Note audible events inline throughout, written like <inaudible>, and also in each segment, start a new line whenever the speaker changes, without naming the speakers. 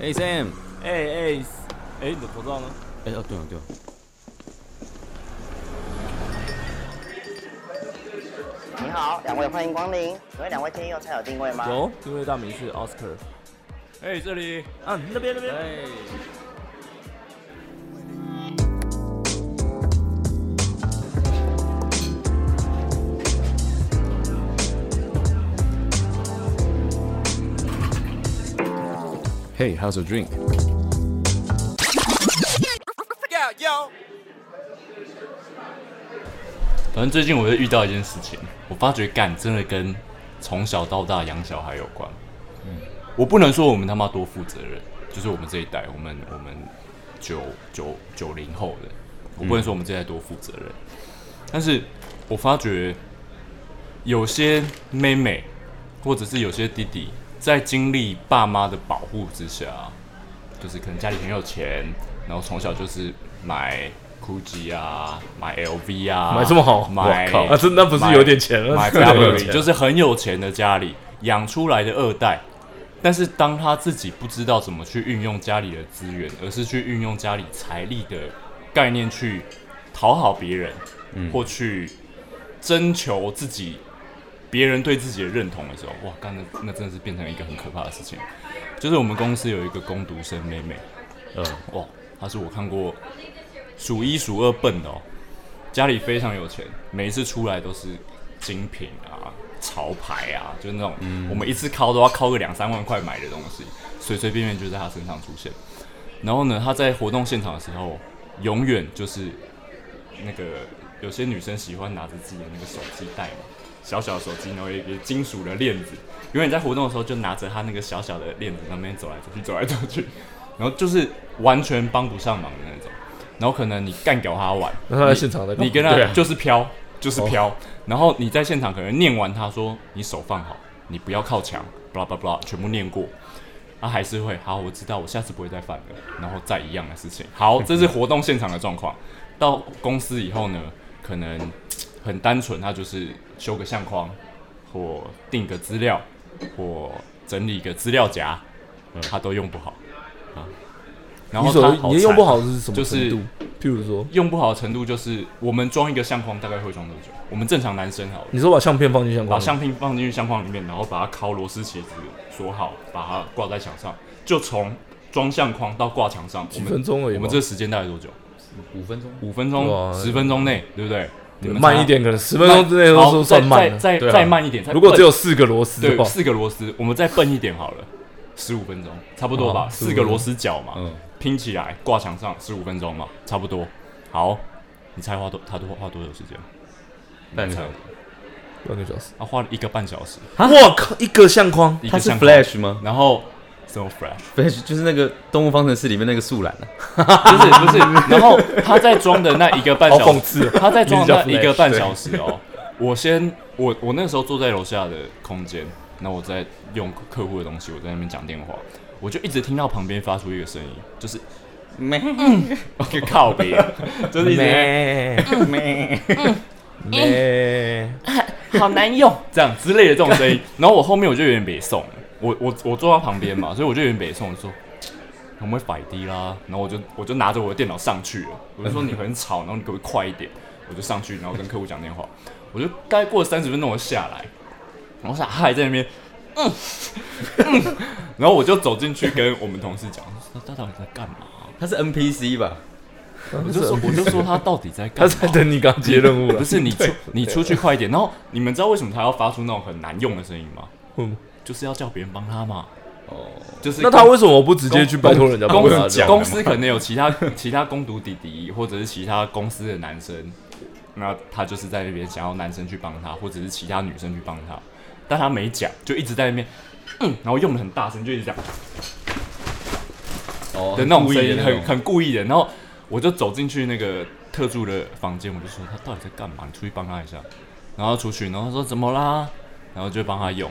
哎、Sam，
哎哎哎，你的口罩呢？
哎、哦对哦对哦，
你好，两位欢迎光临。请问两位今天用餐有定位吗？
有，因为大名是 Oscar。哎，这里啊，那边那边。哎，
Hey, how's your drink?
Yeah, yo.
反正最近我又遇到一件事情，我发觉干真的跟从小到大养小孩有关。
嗯
我不能说我们他妈多负责任，就是我们这一代，我们我们九九九零后的，我
嗯
不能说我们这一代多负责任，但是我发觉有些妹妹或者是有些弟弟，在经历爸妈的保护之下，就是可能家里很有钱，然后从小就是买 GUCCI 啊，买 LV 啊，
买这么好
买
我靠啊这那不是有点钱了 <laughs>
买
真的有
Burberry，
钱
就是很有钱的家里养出来的二代。但是当他自己不知道怎么去运用家里的资源，而是去运用家里财力的概念去讨好别人，
嗯
或去征求自己别人对自己的认同的时候，哇，干那那真的是变成一个很可怕的事情。就是我们公司有一个攻读生妹妹，
嗯，
哇，她是我看过数一数二笨的哦，家里非常有钱，每一次出来都是精品啊、潮牌啊，就是那种我们一次敲都要敲个两三万块买的东西，随随便便就在她身上出现。然后呢，她在活动现场的时候，永远就是那个有些女生喜欢拿着自己的那个手机袋嘛，小小的手机，然后有一个金属的链子，永远在活动的时候就拿着她那个小小的链子在那边走来走去，走来走去，然后就是完全帮不上忙的那种。然后可能你干掉她玩，
那他在现场在干嘛
你跟
对
她
啊哦
就是飘，就是飘。然后你在现场可能念完她说你手放好，你不要靠墙，blah blah blah，全部念过。他、还是会好，我知道，我下次不会再犯了，然后再一样的事情。好，这是活动现场的状况。到公司以后呢，可能嘖很单纯，他就是修个相框，或定个资料，或整理个资料夹，呃他都用不好啊。然
你
后
所
他
谓你的用不好是什么
就是
程度？譬如说，
用不好的程度就是，我们装一个相框大概会装多久？我们正常男生好了，
你说把相片放进相
把
框里，
相片放进去相框里面，然后把它敲螺丝起子锁好，把它挂在墙上，就从装相框到挂墙上，
几分钟而已吧
我们这时间大概多久？
五分钟，
五分
哇
钟、十分钟内，对不对？你
对
们啊
慢一点，可能十分钟之内都
好
是算慢了。
再再
对
再
啊
再慢一点，再
如果只有
笨
四个螺丝的
对
话，
四个螺丝，我们再笨一点好了，十五分钟差不多吧，
好
四个螺丝角嘛，
嗯
拼起来挂墙上十五分钟嘛，差不多。好，你猜花多他多花多久时间？
半个
你
小
猜
时。
半个小时。
他花了一个半小时，
我靠，一个相框，
一
啊它
个
是
相框
Flash 吗
然后什么 flash？
？Flash 就是那个《动物方程式》里面那个树懒啊。
不是不是，然后他在装的那一个半小时，
好讽刺哦
他在装的那一个半
对
小时哦，我先我我那时候坐在楼下的空间，那我在用客户的东西，我在那边讲电话，我就一直听到旁边发出一个声音，就是
咩
我就靠别，就是一直在
咩，
<laughs>
哎，
好难用 <laughs> 这样之类的这种声音，然后我后面我就有点北宋，我我我坐他旁边嘛，所以我就有点北宋，我说。我们会摆低啦，然后我就我就拿着我的电脑上去了，我就说你很吵，然后你可不可以快一点？我就上去，然后跟客户讲电话，我就大概过了三十分钟，我下来，然后他还在那边，嗯嗯，然后我就走进去跟我们同事讲，我说他到底在干嘛？
它是 NPC 吧？
我就说我就说他到底在干
他
嘛？
在等你刚接任务了
<laughs> 不。是你出你出去快一点，然后你们知道为什么他要发出那种很难用的声音吗？
嗯
就是要叫别人帮他嘛。哦，就是
那他为什么不直接去拜托人家帮
公
他
司
讲？
公司可能有其他其他攻读弟弟，或者是其他公司的男生，那他就是在那边想要男生去帮他，或者是其他女生去帮他，但他没讲，就一直在那边，嗯，然后用的很大声，就一直讲
哦
的那种声
故
音，
意的那
很 <laughs> 很故意的。然后我就走进去那个特助的房间，我就说他到底在干嘛？你出去帮他一下。然后他出去，然后他说怎么啦？然后就帮他用。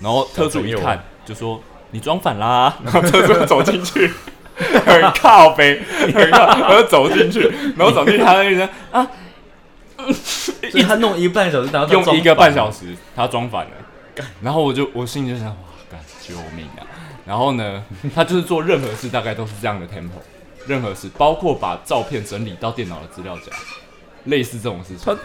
然后特助一
小朋
看
友
就说你装反啦。
<laughs>
然后特助走进去。很靠背，很靠，然后走进去，然后走进去，他那个人啊，
所以他弄一个半小时，然后 <laughs>
用一个半小时，他装反了，然后我就我心里就想，哇，干救命啊！然后呢， <laughs> 他就是做任何事大概都是这样的 tempo，任何事，包括把照片整理到电脑的资料夹，类似这种事情
他。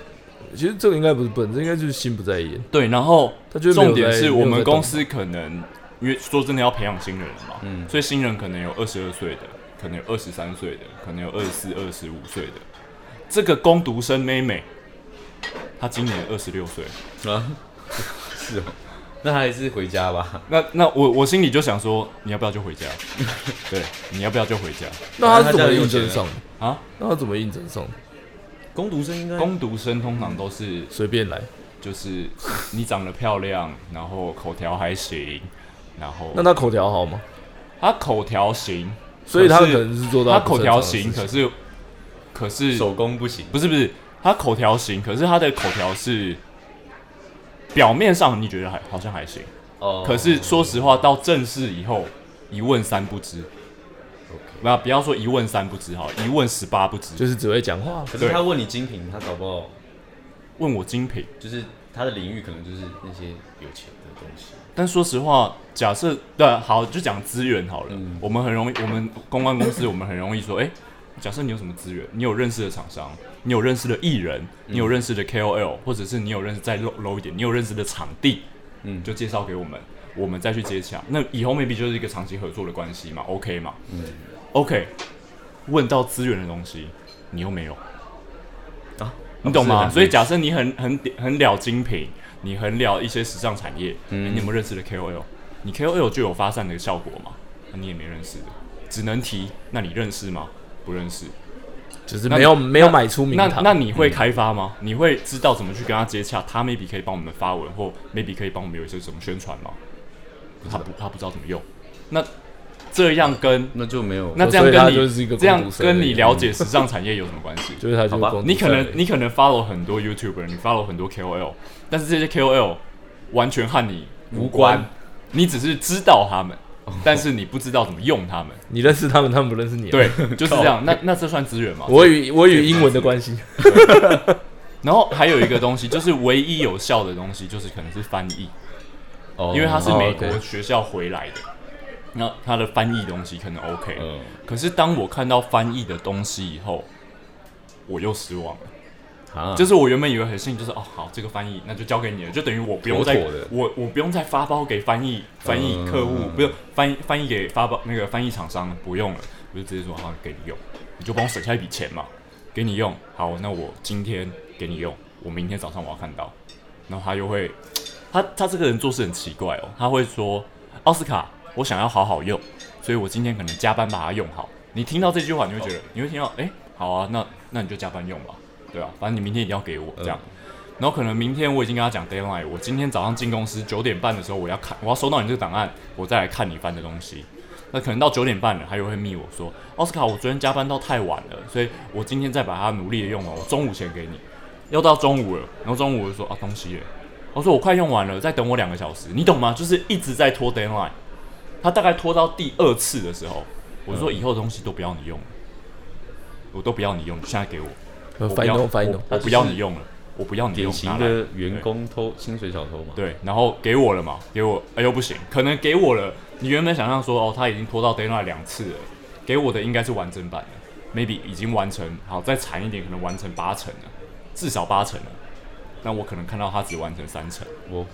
其实这个应该不是笨，这应该就是心不在焉。
对，然后
他就是没有
重点
在
是
没
我
有
们
在
公
动
司可能因为说真的要培养新人了嘛，
嗯
所以新人可能有二十二岁的，可能有二十三岁的，可能有二十四、二十五岁的。这个攻读生妹妹，她今年二十六岁，
啊，是哦，那还是回家吧。
那那我我心里就想说，你要不要就回
<laughs>
家？对，你要不要就回家
那他
他
怎
家
么
里有
应
钱
征
啊
上的？
啊？
那他怎么应征上的？
攻读生应该
攻读生通常都是
随便来。
就是你长得漂亮，然后口条还行，然后
那他口条好吗？
他口条行，
所以他
可
可
是
能是做到
他
不
口
正常
条
的
行，
事情
可是可是
手工不行，
不是不是他口条行，可是他的口条是表面上你觉得还好像还行，
哦
可是说实话，到正式以后一问三不知。那不要说一问三不知好了，一问十八不知。
就是只会讲话。
可
对
是他问你精品，他搞不好
问我精品，
就是他的领域可能就是那些有钱的东西。
但说实话，假设对啊好就讲资源好了，
嗯
我们很容易，我们公关公司我们很容易说，哎、假设你有什么资源，你有认识的厂商，你有认识的艺人，
嗯
你有认识的 KOL，或者是你有认识再 low low 一点，你有认识的场地，
嗯
就介绍给我们，我们再去接洽。那以后 maybe 就是一个长期合作的关系嘛，OK 嘛，嗯，OK。问到资源的东西，你又没有，
啊，
你懂
哦
吗？所以
讲
假设你很很很了精品，你很了一些时尚产业，
嗯
你有没有认识的 KOL？你 KOL 就有发散的效果嘛？那你也没认识的，只能提。那你认识吗？不认识。
就是
那
没有
你
没有买出名
那
堂。嗯
那你会开发吗？你会知道怎么去跟他接洽？他 maybe 可以帮我们发文，或 maybe 可以帮我们有一些什么宣传吗？他不他不知道怎么用。那这样跟
那就没有
那
哦
这样
所以他
跟你
就是一个
这样
公读生
跟
而已
你了解时尚产业有什么关系？
<laughs> 就是他就
好
是
吧
光
你可能
在
你可能 follow 很多 YouTuber，你 follow 很多 KOL，但是这些 KOL 完全和你无
无
关
关，
你只是知道他们，
哦
但是你不知道怎么用他们。
你认识他们，他们不认识
啊
你。 <laughs>
对，，就是这样。那那这算资源吗？
我与我与英文的关系，
然后还有一个东西，就是唯一有效的东西，就是可能是翻译，
哦
因为他是
哦
美
，OK
国学校回来的，那他的翻译东西可能 OK。
哦
嗯
可是当我看到翻译的东西以后，我又失望了。
啊，
就是我原本以为很幸运，就是哦好，这个翻译那就交给你了，就等于我不用再
妥妥的
我我不用再发包给翻译翻译客户，不用翻译翻译给发包那个翻译厂商了，不用了，我就直接说好给你用，你就帮我省下一笔钱嘛，给你用，好，那我今天给你用，我明天早上我要看到，然后他又会，他他这个人做事很奇怪哦，他会说奥斯卡，我想要好好用，所以我今天可能加班把它用好。你听到这句话，你会觉得，你会听到，哎、好啊，那那你就加班用吧，对啊，反正你明天一定要给我这样。然后可能明天我已经跟他讲 deadline，我今天早上进公司九点半的时候，我要看，我要收到你这个档案，我再来看你翻的东西。那可能到九点半了，他又会密我说，奥斯卡，我昨天加班到太晚了，所以我今天再把它努力的用完，我中午前给你。要到中午了，然后中午我就说啊东西了，我说我快用完了，再等我两个小时，你懂吗？就是一直在拖 deadline。他大概拖到第二次的时候，我就说以后东西都不要你用了，我都不要你用，现在给我，
呃
我不
翻译
要
弄翻译弄
我，我不要你用了，我不要你用，
典型
拿来
的员工偷薪水小偷嘛。
对，然后给我了嘛，给我，哎呦不行，可能给我了。你原本想象说，哦，他已经拖到 deadline 两次了，给我的应该是完整版的，maybe 已经完成，好再惨一点，可能完成八成了，至少八成了。那我可能看到他只完成三成，
我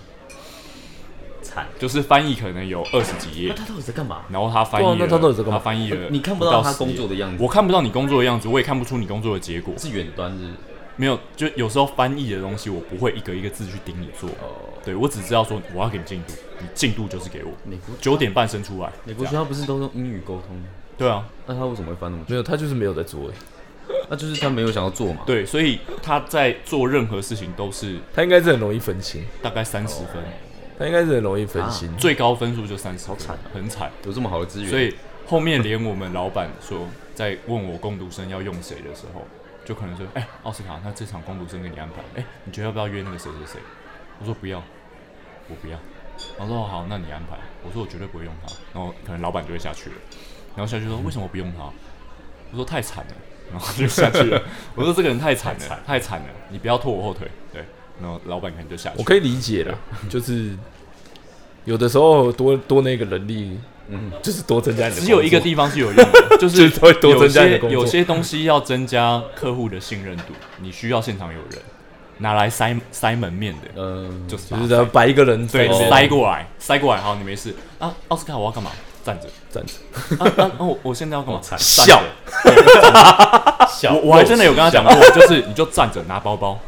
就是翻译可能有二十几页
那，他到底在干嘛？
然后他翻译
对
了
啊，那他到底在干嘛
他翻译了，
你看不到他
10
工作的样子
我看不到你工作的样子，我也看不出你工作的结果。
是远端是
没有，就有时候翻译的东西，我不会一个一个字去盯你做。
哦，
对我只知道说我要给你进度，你进度就是给我
美国
九点半生出来。
美国
这
学
样
校不是都用英语沟通吗？
对啊，
那他为什么会翻那么久？
没有他就是没有在做、欸，
那就是他没有想要做嘛。，
对，所以他在做任何事情都是
他应该是很容易分心，
大概三十分，
他应该是很容易分心。
最高分数就三十，好
哦惨，啊
很惨。
有这么好的资源，
所以后面连我们老板说，在问我攻读生要用谁的时候，就可能说，哎、奥斯卡，那这场攻读生给你安排，哎、你觉得要不要约那个谁谁谁？我说不要，我不要。然后说哦好，那你安排。我说我绝对不会用他。然后可能老板就会下去了，然后下去说为什么不用他？我说太惨了，然后就下去了。我说这个人太惨了，太惨了， <laughs> 你不要拖我后腿。对，然后老板可能就下去了。
我可以理解啦，就是
有的时候多多那个能力，嗯，就是多增加你的工作。
只有一个地方是有用 <laughs> 的，就是
就是会多增加你的
有
工
些
作
有些东西要增加客户的信任度，你需要现场有人拿来塞塞门面的，
嗯，
就是把
呃就
它
是要摆一个人
对
在那边
塞过来，塞过来，好，你没事啊。奥斯卡，我要干嘛？站着
站着，
啊啊！啊我我现在要
<laughs>
干嘛？站着
笑
笑
我我还真的有跟他讲过，就是你就站着拿包包，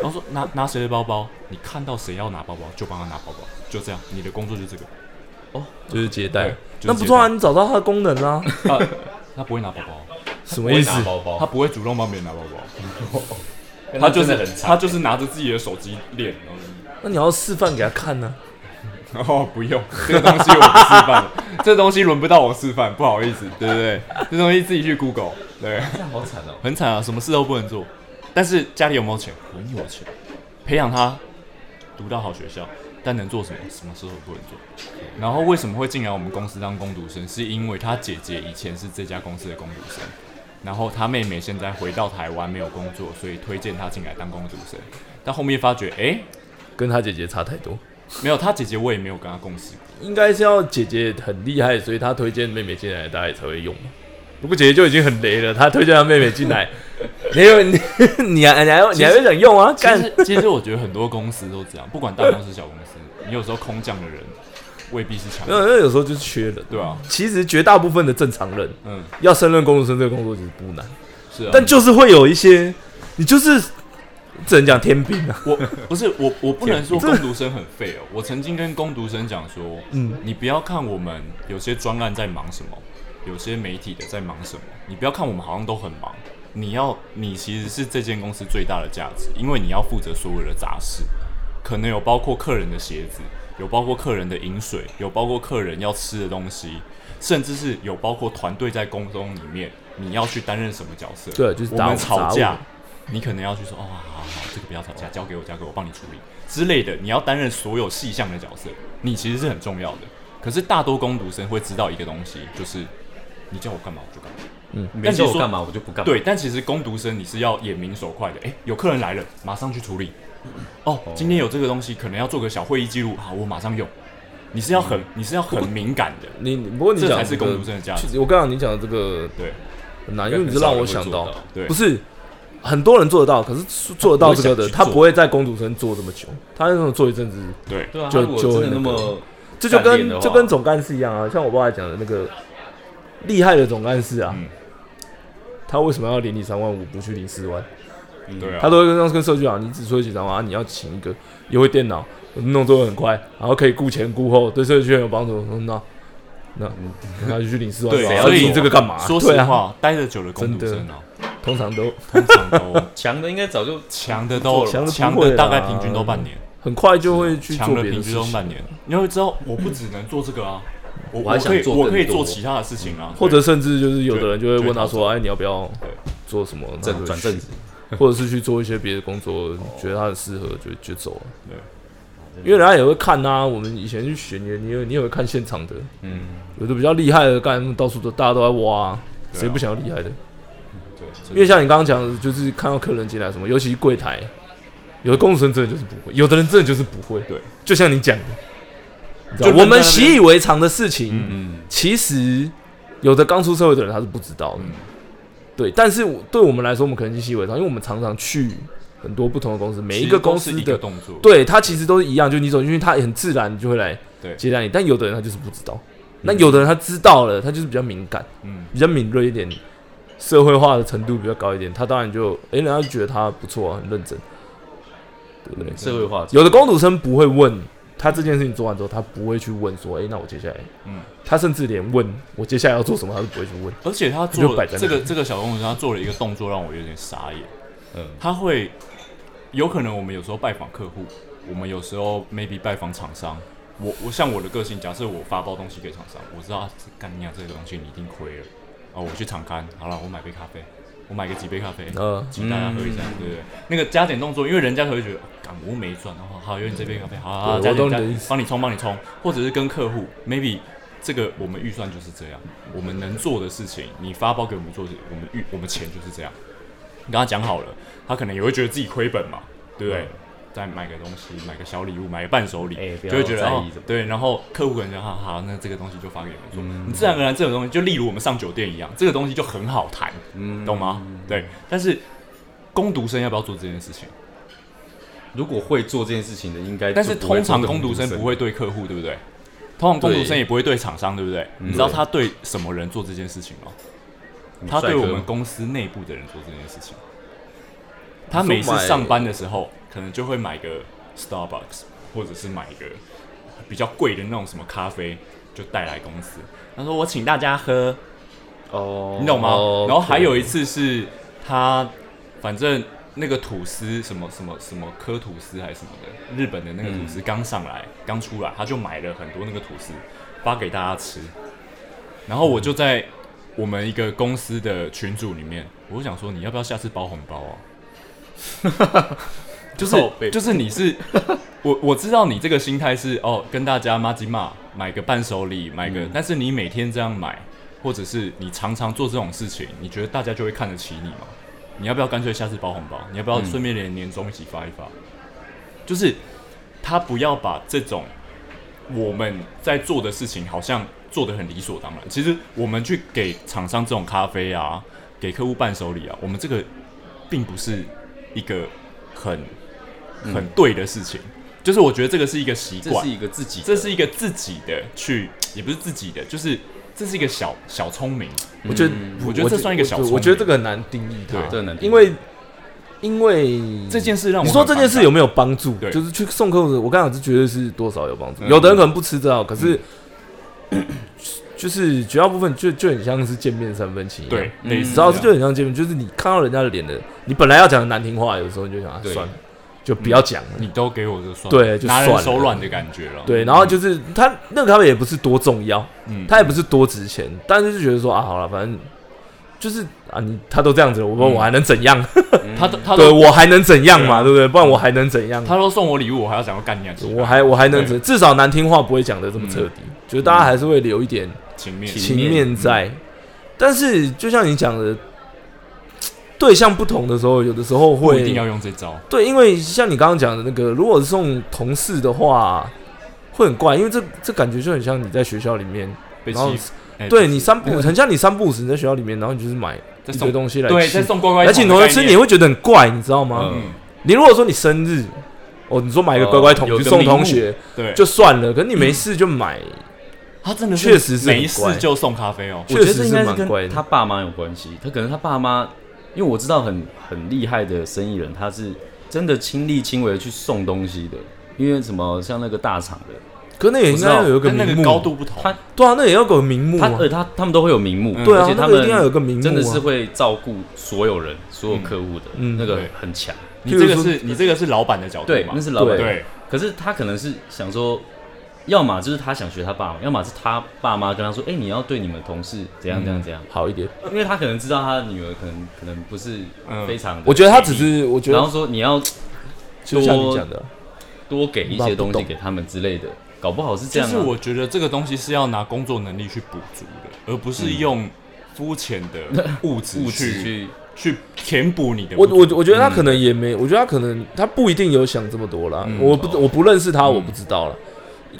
然后说拿拿谁的包包，你看到谁要拿包包就帮他拿包包，就这样，你的工作就这个。
就是接待
对，，
那不错啊，你找到他的功能啦，
啊。他不会拿包包，
什么
我也
意思
拿？包包，
他不会主动帮别人拿包包，
<laughs> 跟
他
他
就
真
是
的很
他
惨，
就是拿着自己的手机练。然后
那你要示范给他看啊呢？
<laughs> 哦，不用，这个东西我不示
<laughs>
范了，这东西轮不到我示范，不好意思，对不对？这东西自己去 Google，对，
好惨哦。
很惨啊，什么事都不能做。但是家里有没有钱？很有钱，培养他读到好学校，但能做什么？什么事都不能做。然后为什么会进来我们公司当工读生？是因为他姐姐以前是这家公司的工读生，然后他妹妹现在回到台湾没有工作，所以推荐他进来当工读生。但后面发觉，诶，
跟他姐姐差太多，
没有，他姐姐我也没有跟他共事过。
应该是要姐姐很厉害，所以他推荐妹妹进来，大家也才会用嘛。如果姐姐就已经很雷了，他推荐他妹妹进来，没有 <laughs> 你，你还你还要你还会想用啊？
其
干
实，其实我觉得很多公司都这样，不管大公司、小公司，你有时候空降的人未必是强
没有，
的，
因为有时候就是缺人。
对啊，
其实绝大部分的正常人
嗯，
要胜任工读生这个工作其实不难，
是啊。
但就是会有一些，你就是只能讲天兵啊。
我不是我，我不能说工读生很废哦。我曾经跟工读生讲说，嗯，你不要看我们有些专案在忙什么，有些媒体的在忙什么，你不要看我们好像都很忙。你要，你其实是这间公司最大的价值，因为你要负责所有的杂事，可能有包括客人的鞋子，有包括客人的饮水，有包括客人要吃的东西，甚至是有包括团队在沟通里面你要去担任什么角色。
对就是
我
杂
们
物
吵
杂
架
物，
你可能要去说，哦，好好好，这个不要吵架，交给我，交给我，我帮你处理之类的。你要担任所有细项的角色，你其实是很重要的。可是大多工读生会知道一个东西，就是你叫我干嘛我就干嘛。
你没叫我干嘛，我就不干嘛。
对，，但其实工读生你是要眼明手快的。诶，有客人来了，马上去处理。哦，今天有这个东西，可能要做个小会议记录，好，我马上用。你是要很，你是要很敏感的。
你你嗯不过你
这
讲
才是
个
工读生的价值
其实我刚刚你讲的这个
对，
很难，
应该
因为
很
你是
少
让
人
我
会
想
做
到
到，
对
不是很多人做得到，可是做做得到这个的，
他不会想去
他
做
不会在工读生做这么久，他那种做一阵子，
对，
对啊，
就
他如果
就
真的那
那
么
这就
干练的
跟
话
就跟总干事一样啊，像我爸爸讲的那个厉害的总干事啊
嗯，
他为什么要领你三万五，不去领四万？
对啊
他。都会跟跟社区讲，你只说几张啊，你要请一个也会电脑，弄作很快，然后可以顾前顾后，对社区很有帮助。嗯那那那就去领四万
对啊
吧，
所以
领这个干嘛？
说实
对啊，
话，待得久的工读生哦，
通常都
通常都
<laughs>
强的应该早就
强的都
强的不
强
会啦
的大概平均都半年，
很快就会去
强
做
的
别
平
的事
均都
情，
半年。你会知道，我不只能做这个啊，我
我还想
可以
做
我
更
可以
多
做其他的事情啊，
或者
对
甚至就是有的人就会问他
对
说：“哎，你要不要
对
做什么
正转正，职，
那就去或者是去做一些别的工作，觉得他很适合就就走了。”
哦对，
因为人家也会看啊，我们以前去选也，你也你也会看现场的，
嗯，
有的比较厉害的干，到处都大家都在挖啊，谁不想要厉害的？
对
因为像你刚刚讲的，就是看到客人进来什么，尤其是柜台，有的工程真的就是不会，有的人真的就是不会。
对，
就像你讲的，你知
就
道
认
我
真在
们
那边
习以为常的事情，
嗯，
其实有的刚出社会的人他是不知道的。
嗯
对，但是我对我们来说，我们可能已经习以为常，因为我们常常去很多不同的公司，每一个公司
其实都是一
的
个动作，
对他其实都是一样，就你走进去，他也很自然就会来
对
接待你。但有的人他就是不知道，那有的人他知道了，他就是比较敏感，
嗯，
比较敏锐一点，社会化的程度比较高一点，他当然就诶，人家就觉得他不错、啊，很认真，对不对？
社会化，
有的工读生不会问他这件事情做完之后，他不会去问说，哎诶，那我接下来，
嗯
他甚至连问我接下来要做什么，他都不会去问。
而且他
就
做
摆
了
在那
这个这个小公主，他做了一个动作让我有点傻眼。
嗯
他会有可能我们有时候拜访客户，我们有时候 maybe 拜访厂商。我我像我的个性，假设我发包东西给厂商，我知道啊这干你啊这个东西你一定亏了啊，我去厂刊好了，我买杯咖啡，我买个几杯咖啡，
呃，
请大家喝一下，对不对？那个加减动作，因为人家可能会觉得，啊干、我没赚，然后好，有你这杯咖啡，好啊好好，
对
加
我懂你的
减
意
加
思
帮你冲，帮你冲，或者是跟客户，maybe 这个我们预算就是这样，我们能做的事情，你发包给我们做的，我们预我们钱就是这样，你跟他讲好了，他可能也会觉得自己亏本嘛，对不对？再买个东西，买个小礼物，买个伴手礼，
嗯哎不要
就会觉得
在意
哦
怎么
对，然后客户可能就好好，那这个东西就发给我做。
嗯
你自然而然这种东西，就例如我们上酒店一样，这个东西就很好谈，
嗯
嗯
懂吗？对，但是攻读生要不要做这件事情？
如果会做这件事情的，应该
但是
就不会
通常
做
攻读生不会对客户，对不对？通常攻读生也不会对厂商，对不对？你知道他对什么人做这件事情吗？他对我们公司内部的人做这件事情。他每次上班的时候，可能就会买个 Starbucks，或者是买一个比较贵的那种什么咖啡，就带来公司。他说：“我请大家喝，
哦
你懂吗？”
哦
然后还有一
对
次是他，反正那个吐司什么什么什么科吐司还是什么的，日本的那个吐
嗯
司刚上来，刚出来，他就买了很多那个吐司发给大家吃。然后我就在我们一个公司的群组里面，我就想说，你要不要下次包红包啊？ <laughs> 就是就是你是 <laughs> 我我知道你这个心态是哦，跟大家妈吉骂买个伴手礼，买个，但是你每天这样买，或者是你常常做这种事情，你觉得大家就会看得起你吗？你要不要干脆下次包红包？你要不要顺便连年终一起发一发？就是他不要把这种我们在做的事情好像做得很理所当然。其实我们去给厂商这种咖啡啊，给客户伴手礼啊，我们这个并不是一个很
嗯
很对的事情。就是我觉得这个是一个习
这
惯
是，一个自己的，
这是一个自己的去，也不是自己的，就是这是一个小小聪明。
我觉得
嗯我觉得这算一个小
我
聪
我觉得
明
这个很难定义它，
对这很难定义
因为因为
这件事让我
你说
很
这件
反
事
感
有没有帮助？
对
就是去送客户的，我刚刚是觉得是多少有帮助。
嗯
有的人可能不吃这套，可是
嗯
<coughs> 就是绝大部分就就很像是见面三分情一样。
对，类似
只要
这
是
样
嗯就很像见面，就是你看到人家的脸的，你本来要讲的难听话，有时候你就想啊
对
算了，就不要讲了。
你都给我就算了，
对就
拿人
算了
手软的感觉了。
对，然后就是他那个咖啡也不是多重要，
嗯
他也不是多值钱，但是就觉得说啊，好了，反正就是啊，你他都这样子了，我我还能怎样？
他都嗯他
对
都
我还能怎样嘛？
对啊
对不对？不然我还能怎样？
嗯他都送我礼物，我还要想要干你啊！
我还我还能
对嗯
怎？至少难听话不会讲的这么彻底，就是大家还是会留一点
情面嗯
情面在。但是就像你讲的，对象不同的时候，有的时候
不
会
一定要用这招。
对，因为像你刚刚讲的那个，如果是送同事的话，会很怪，因为这这感觉就很像你在学校里面，
被
然后
欺负，哎
对你三不五，很像你三不五时你在学校里面，然后你就是买
在
一
送
堆东西来
对，
吃
在送乖乖，
而且你同学吃，你，会觉得很怪，你知道吗？
嗯，
你如果说你生日，哦，你说买一个乖乖桶
哦有
去
个
送
礼
同
物
学
对，嗯
就算了，可你没事就买，
他真的
确实是很
没事
乖
就送咖啡哦。
我觉
确
得
实
这
是
应该是
蛮怪的
跟他爸妈有关系，他可能他爸妈，因为我知道很很厉害的生意人，他是真的亲力亲为去送东西的，因为什么像那个大厂的，
可那也应该要有一个
跟哦那
名
个
目，
高度不同，
他
对啊，那也要有个名目
他
啊
呃。他他们都会有名目，
对啊
而且他
那
们
个一定要有个名目啊
真的是会照顾所有人、所有客户的，
嗯嗯
那个
对
很强，
你这
譬
个
如说
是你这个是老板的角度
对，
嘛
那？是老板。
对，
可是他可能是想说，要么就是他想学他爸妈，要么是他爸妈跟他说，哎、你要对你们同事怎样怎
嗯
样怎样，
好一点，
因为他可能知道他的女儿可能可能不是
嗯
非常的给力、
我觉得他只是，我觉
然后
得
说你要
就像你讲的，
多给一些东
不懂
西给他们之类的，搞不好是这
就
样、啊。
是我觉得这个东西是要拿工作能力去补足的，而不是用肤浅的物质
嗯 <laughs> 物质
去
去
去填补你的不嗯
我
足。
我我觉得他可能也没，我觉得他可能他不一定有想这么多啦。
嗯
我不
哦
我不认识他，我不知道了。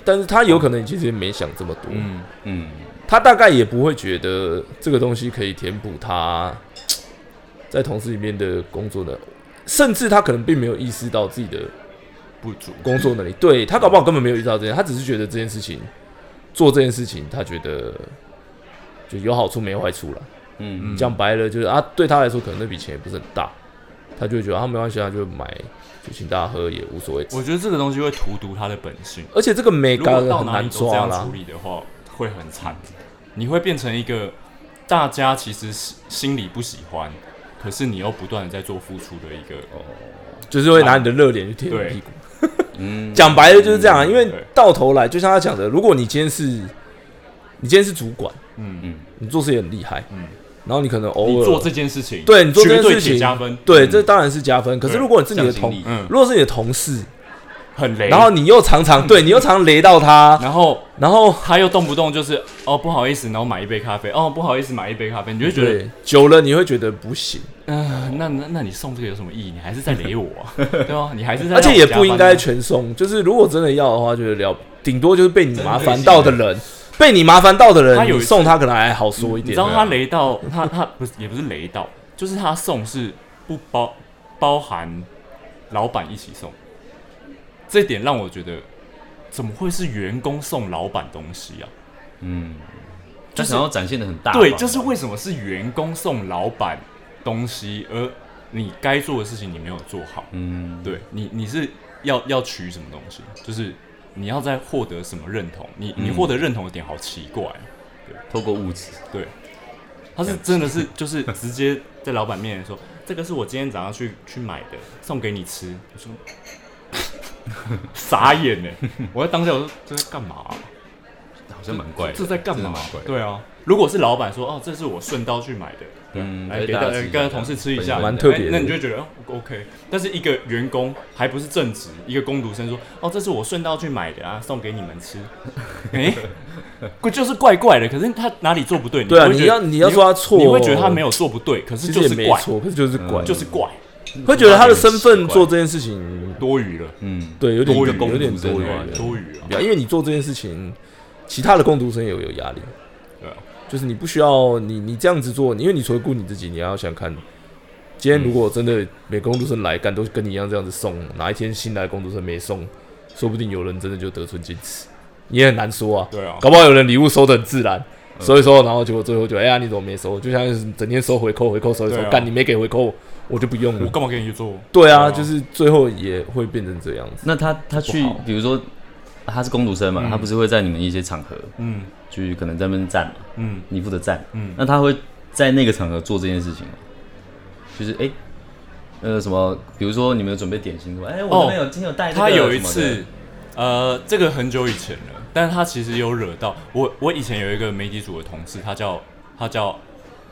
但是他有可能其实也没想这么多，
嗯，
嗯，
他大概也不会觉得这个东西可以填补他在同事里面的工作的，甚至他可能并没有意识到自己的
不足。
工作能力。对他搞不好根本没有意识到这件，他只是觉得这件事情做这件事情，他觉得就有好处没坏处了。
嗯，
讲白了就是啊，对他来说可能那笔钱也不是很大，他就会觉得啊没关系，他就买就请大家喝也无所谓。
我觉得这个东西会荼毒他的本性。
而且这个美
如
感
果到
很
哪里
难
都这
抓
样
啦
处，理的话，会很惨。你会变成一个大家其实是心里不喜欢，可是你又不断的在做付出的一个。
就是会拿你的热脸去贴
对
你屁股。
嗯
嗯讲白了就是这样啊，因为
对
到头来就像他讲的，如果你今天是你今天是主管，
嗯
嗯
你做事也很厉害，
嗯
然后你可能偶尔
你做这件事情，
对你做这
绝
件
对
事情
加分。嗯
对，这当然是加分。可是
对
如果你是你的
向心
同
力，
嗯哎
如果是你的同事，
很雷，
然后你又常常对你又常雷到他，
然后
然后
他又动不动就是哦不好意思，然后买一杯咖啡，哦不好意思买一杯咖啡，你就会觉得
对，久了你会觉得不行，
嗯，那那那你送这个有什么意义？你还是在雷我、
<laughs>
啊，对吧？你还是在，
而且也不应该。
啊
全送。就是如果真的要的话，就是聊，顶多就是被你麻烦到的人，被你麻烦到的
他
人，
有一
你
次
送他可能还好说一
你知
点。啊
道他雷到他他不是也不是雷到，就是他送是不包包含老板一起送，这点让我觉得怎么会是员工送老板东西啊？
嗯，他
就是
想要展现的很大方，
对，就是为什么是员工送老板东西，而你该做的事情你没有做好？
嗯，
对你，你是要要取什么东西？就是你要在获得什么认同？你你
嗯
获得认同的点好奇怪哦、
透过物质，
对，他是真的是就是直接在老板面前说，这个是我今天早上去去买的，送给你吃。我说傻眼呢，欸我在当下我说这在干嘛啊、
好像蛮怪的，
这在干
真的
嘛
蛮怪？的，
对啊，如果是老板说哦，这是我顺道去买的，对
嗯
来
给
哎给
大家
大
吃
家
一下
跟同事吃一下，
蛮特别的
那那你就会觉得哦 OK。但是一个员工还不是正职，一个工读生说哦，这是我顺道去买的啊，送给你们吃，哎， <laughs> 不就是怪怪的？可是他哪里做不对？
对啊
会觉得
你要你要说他错
你会觉得他没有做不对，可是
其
就
实也
是
没
怪，
错，可是就是怪，
就是怪，
会觉得他的身份做这件事情，
多余了，
嗯，
对，有点
多余
有点
多
多
余
余
对啊
对
多余啊，
因为你做这件事情，其他的共读生也有有压力。
对啊，
就是你不需要你你这样子做，你因为你除了顾你自己，你还要想看，今天如果真的每个工读生来干都跟你一样这样子送，哪一天新来的工读生没送，说不定有人真的就得寸进尺，你也很难说啊。
对啊嗯
搞不好有人礼物收的很自然，收一收，然后结果最后就哎呀你怎么没收？就像是整天收回扣回扣收一收
对啊，
干、你没给回扣，我就不用
我
了。
干嘛给你去做？
对
对啊
啊，就是最后也会变成这样子。
那他他去
不好，
比如说他是工读生嘛，他不是会在你们一些场合
嗯
去可能在那边站嘛，
嗯，
你负责站，
嗯
那他会在那个场合做这件事情吗？就是哎、呃什么，比如说你们有准备点心，哎、我这边有、今天有带这个
哦他有一
什么的
次，呃，这个很久以前了，但是他其实有惹到我。我以前有一个媒体组的同事，他叫他叫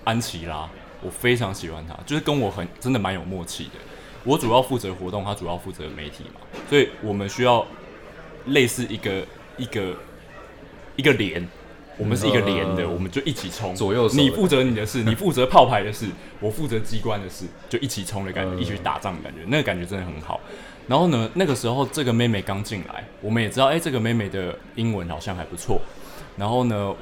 安琪拉，我非常喜欢他，就是跟我很真的蛮有默契的。我主要负责活动，他主要负责媒体嘛，所以我们需要类似一个一个一个连，我们是一个连的，
嗯
我们就一起冲
左右手的
你负责你的
<laughs>
事，你负责炮牌的事，我负责机关的事，就一起冲的感觉，
嗯
一起去打仗的感觉，那个感觉真的很好。然后呢，那个时候这个妹妹刚进来，我们也知道，哎、这个妹妹的英文好像还不错。然后呢，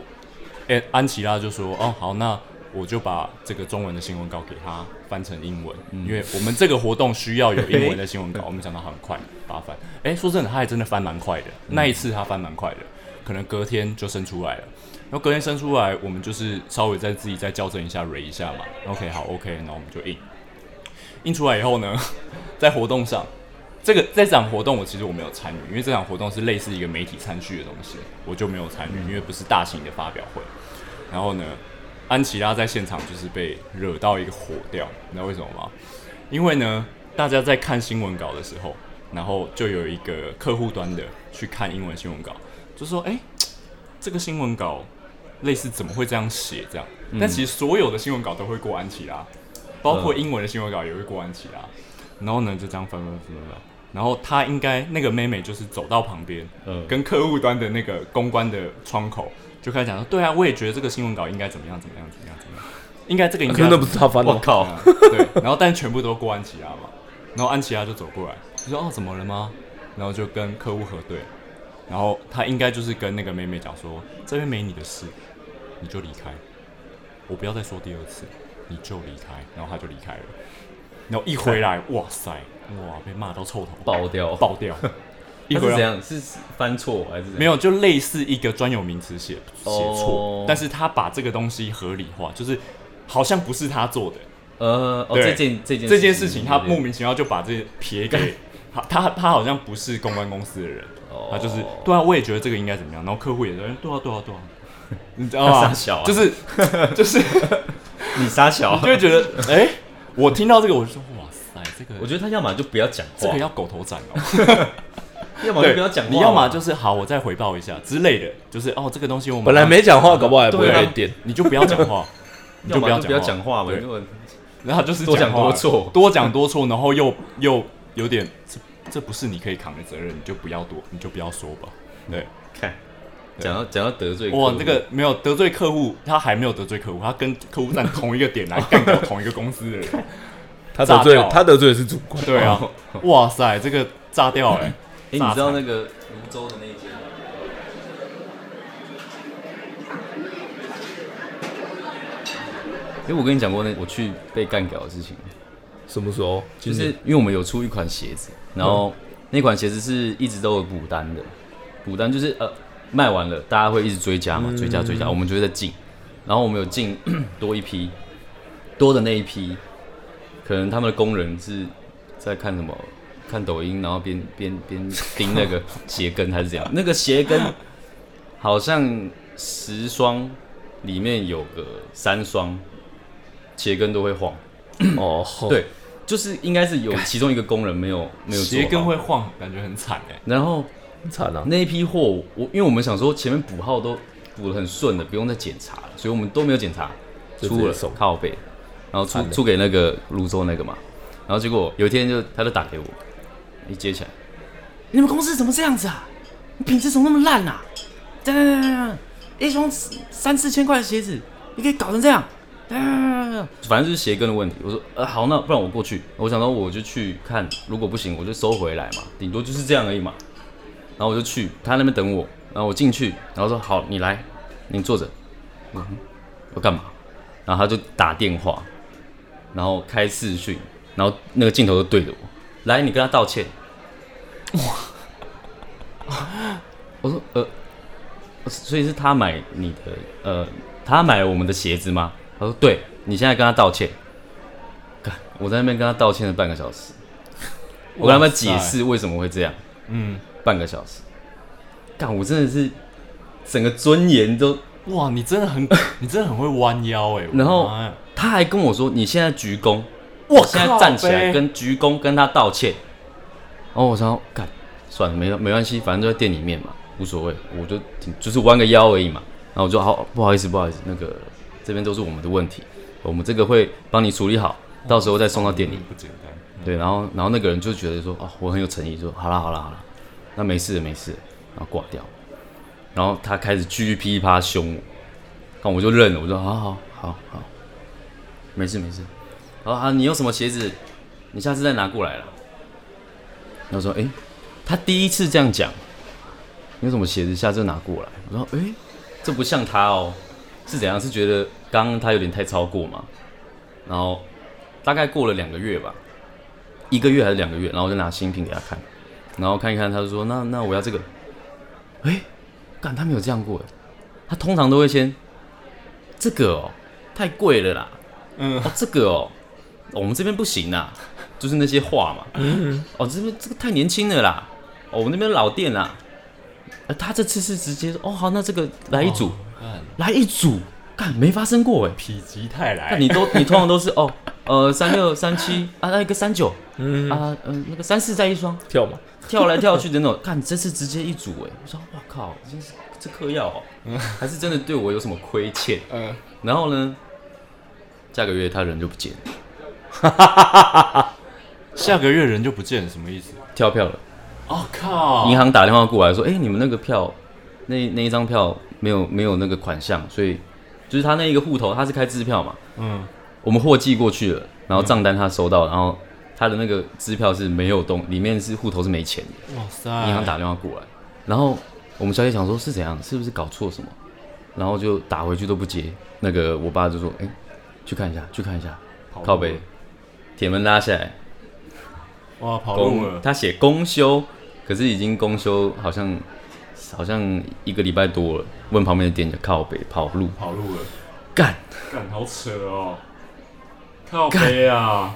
哎、安琪拉就说，哦，好，那我就把这个中文的新闻稿给她翻成英文，因为我们这个活动需要有英文的新闻稿。我们讲到很快，把它翻。哎、说真的，她还真的翻蛮快的。那一次她翻蛮快的，可能隔天就生出来了。然后隔天生出来，我们就是稍微再自己再校正一下、蕊一下嘛。OK，好，OK，然后我们就印。印出来以后呢，在活动上，这个这场活动我其实我没有参与，因为这场活动是类似一个媒体参叙的东西，我就没有参与，因为不是大型的发表会。然后呢，安琪拉在现场就是被惹到一个火掉，你知道为什么吗？因为呢，大家在看新闻稿的时候，然后就有一个客户端的去看英文新闻稿，就说：“哎、这个新闻稿类似怎么会这样写？”这样，但其实所有的新闻稿都会过安琪拉，包括英文的新闻稿也会过安琪拉。然后呢，就这样翻翻翻翻翻。然后她应该那个妹妹就是走到旁边，
嗯
跟客户端的那个公关的窗口就开始讲说：“对啊，我也觉得这个新闻稿应该怎么样怎么样怎么样怎么样，应该这个应
可
该
是
要怎么样
那不是他翻的
我
吗，
靠，
啊对，然后但全部都过安琪拉嘛，然后安琪拉啊就走过来，就说哦怎么了吗？然后就跟客户核对，然后他应该就是跟那个妹妹讲说，这边没你的事，你就离开，我不要再说第二次，你就离开，然后他就离开了，然后一回来，哇塞，哇被骂到臭头，
爆掉，
爆 <laughs> 掉，一
他
回
是怎
来。
样？是翻错还是怎样
没？有，就类似一个专有名词写写错
哦
但是他把这个东西合理化，就是好像不是他做的，
呃，哦，
对
这件这件
这件事情，他
对对
莫名其妙就把这撇给他，他他好像不是公关公司的人，
哦
他就是对啊，我也觉得这个应该怎么样，然后客户也在那边对啊对啊对啊，你知道
他
吗？
傻小啊
就是就是，
你傻小
<laughs> 你就，会觉
<laughs>
得哎、我听到这个我就说哇塞，这个
我觉得他要么就不要讲
这
话
个，要狗头斩哦。
要么就 <laughs> 不要讲话，
你要么就是好，我再回报一下之类的，就是哦，这个东西我们
本来没讲话，搞不好还不会
对啊
被点。
你就不要讲 <laughs> 话，你
要
就不
么
要
就不要
讲
讲话嘛，
对
因为
然后就是
多讲
话
多错
多讲多错，然后又又有点这不是你可以扛的责任，你就不要多，你就不要说吧。对，
看，讲到讲到得罪客户，
哇，这个没有得罪客户，他还没有得罪客户，他跟客户站同一个点来干掉同一个公司的人。 <laughs>
他得罪
炸掉
他得罪的是主管，哦
对啊，哇塞，这个炸掉 <laughs> 哎、
哎，你知道那个泸州的那一间吗？哎、我跟你讲过那我去被干掉的事情，
什么时候？
就
今
是嗯
年
因为我们有出一款鞋子，然后那款鞋子是一直都有补单的，补单就是呃卖完了，大家会一直追加嘛，追加追加，我们就会在进，然后我们有进 <clears throat> 多一批，多的那一批，可能他们的工人是在看什么，看抖音，然后边边边盯那 <laughs> 个鞋跟还是怎样，那个鞋跟好像十双里面有个三双鞋跟都会晃。
哦，
对，就是应该是有其中一个工人没有没有做好
鞋跟会，晃，感觉很惨哎、
然后
很惨啊，
那一批货，我因为我们想说前面补号都补的很顺的，不用再检查了，所以我们都没有检查，
就直接
出了
送
靠背，然后出
惨了
出给那个泸州那个嘛，然后结果有一天就他就打给我，一接起来，你们公司怎么这样子啊？你品质怎么那么烂啊？等等等等等，一双三四千块的鞋子，你可以搞成这样？等等等等等反正就是鞋跟的问题。我说，呃，好，那不然我过去。我想到我就去看，如果不行我就收回来嘛，顶多就是这样而已嘛。然后我就去，他那边等我，然后我进去，然后说好，你来，你坐着。我说嗯要干嘛？然后他就打电话，然后开视讯，然后那个镜头就对着我，来，你跟他道歉。 <laughs> 我说呃，所以是他买你的呃，他买了我们的鞋子吗？他说对，你现在跟他道歉。干我在那边跟他道歉了半个小时，我跟他们解释为什么会这样，
嗯，
半个小时。干，我真的是整个尊严都，
哇，你真的很，你真的很会弯腰哎、我的
然后
妈呀
他还跟我说你现在鞠躬，
我
现在
靠
站起来
呗
跟鞠躬跟他道歉。然后我想说，干，算了，没没关系，反正都在店里面嘛，无所谓，我就挺就是弯个腰而已嘛。然后我就好，不好意思，不好意思，那个这边都是我们的问题，我们这个会帮你处理好，到时候再送到店里。
哦不简单，嗯
对，然后然后那个人就觉得说，哦，我很有诚意，说好啦好啦好啦，那没事了没事了，然后挂掉。然后他开始继续噼里啪啦凶我，那我就认了，我说好好好好，没事没事。然后啊，你有什么鞋子，你下次再拿过来了。然后说，诶，他第一次这样讲，你有什么鞋子，下次就拿过来。我说，诶，这不像他哦，是怎样？是觉得刚刚他有点太超过嘛？然后大概过了两个月吧，一个月还是两个月，然后我就拿新品给他看，然后看一看，他就说那那我要这个，哎、干他没有这样过哎，他通常都会先这个哦太贵了啦，
嗯
哦这个哦我们这边不行啦，就是那些话嘛，哦这边这个太年轻了啦，哦我们那边老店啦，呃他这次是直接说哦好那这个来一组、
干
来一组，干没发生过哎，
否极泰来，
那你都你通常都是哦，呃，三六三七啊，那一个三九，嗯啊，嗯、那个三四再一双，
跳嘛，
跳来跳去的那种。看，这次直接一组哎，我说哇靠，真是这嗑药哦，还是真的对我有什么亏欠？
嗯
然后呢，下个月他人就不见了，
下个月人就不见了，什么意思？
跳票了。
哦靠，
银行打电话过来说，哎、你们那个票，那那一张票没有没有那个款项，所以就是他那一个户头他是开支票嘛，
嗯，
我们货寄过去了，然后账单他收到，然后他的那个支票是没有动，里面是户头是没钱的。
哇塞，
银行打电话过来，然后我们小姐想说是怎样，是不是搞错什么，然后就打回去都不接。那个我爸就说：“哎、去看一下，去看一下，
跑路
靠北
了，
铁门拉下来，
哇，跑路
公
了，
他写公休，可是已经公休好像好像一个礼拜多了。问旁边的店家靠北跑路
跑路了，
干，
干好扯哦，靠背啊，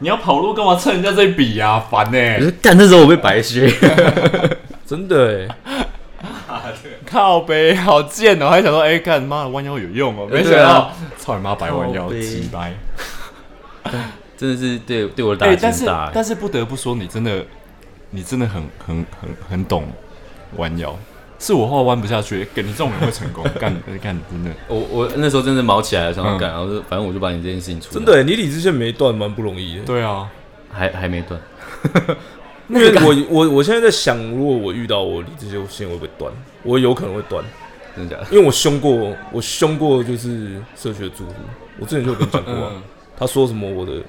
你要跑路干嘛蹭人家这一笔啊？烦呢、
我说干那时候我被白削，
真的哎，
靠背好贱哦，还想说哎干妈的弯腰有用哦，没想
对
到
啊，
操你妈白弯腰
靠，背
鸡掰。
<laughs> 真的是对对我的打
哎，
击
但
很
是
大、欸
但是不得不说，你真的，你真的很很很很懂弯腰。是我后来弯不下去，哎跟你这种人会成功，干 <laughs> 干真的。
我我那时候真的毛起来了，想要
嗯
干，然后就反正我就把你这
欸
件事情处理
啊
真的哎，你理智线没断，蛮不容易的。
对啊，
还还没断，
因为我我我现在在想，如果我遇到我离这些线会不会断，我有可能会断，
真的假的？
因为我凶过，我凶过就是社区的住户，我之前就有跟你讲过、啊
嗯，
他说什么我的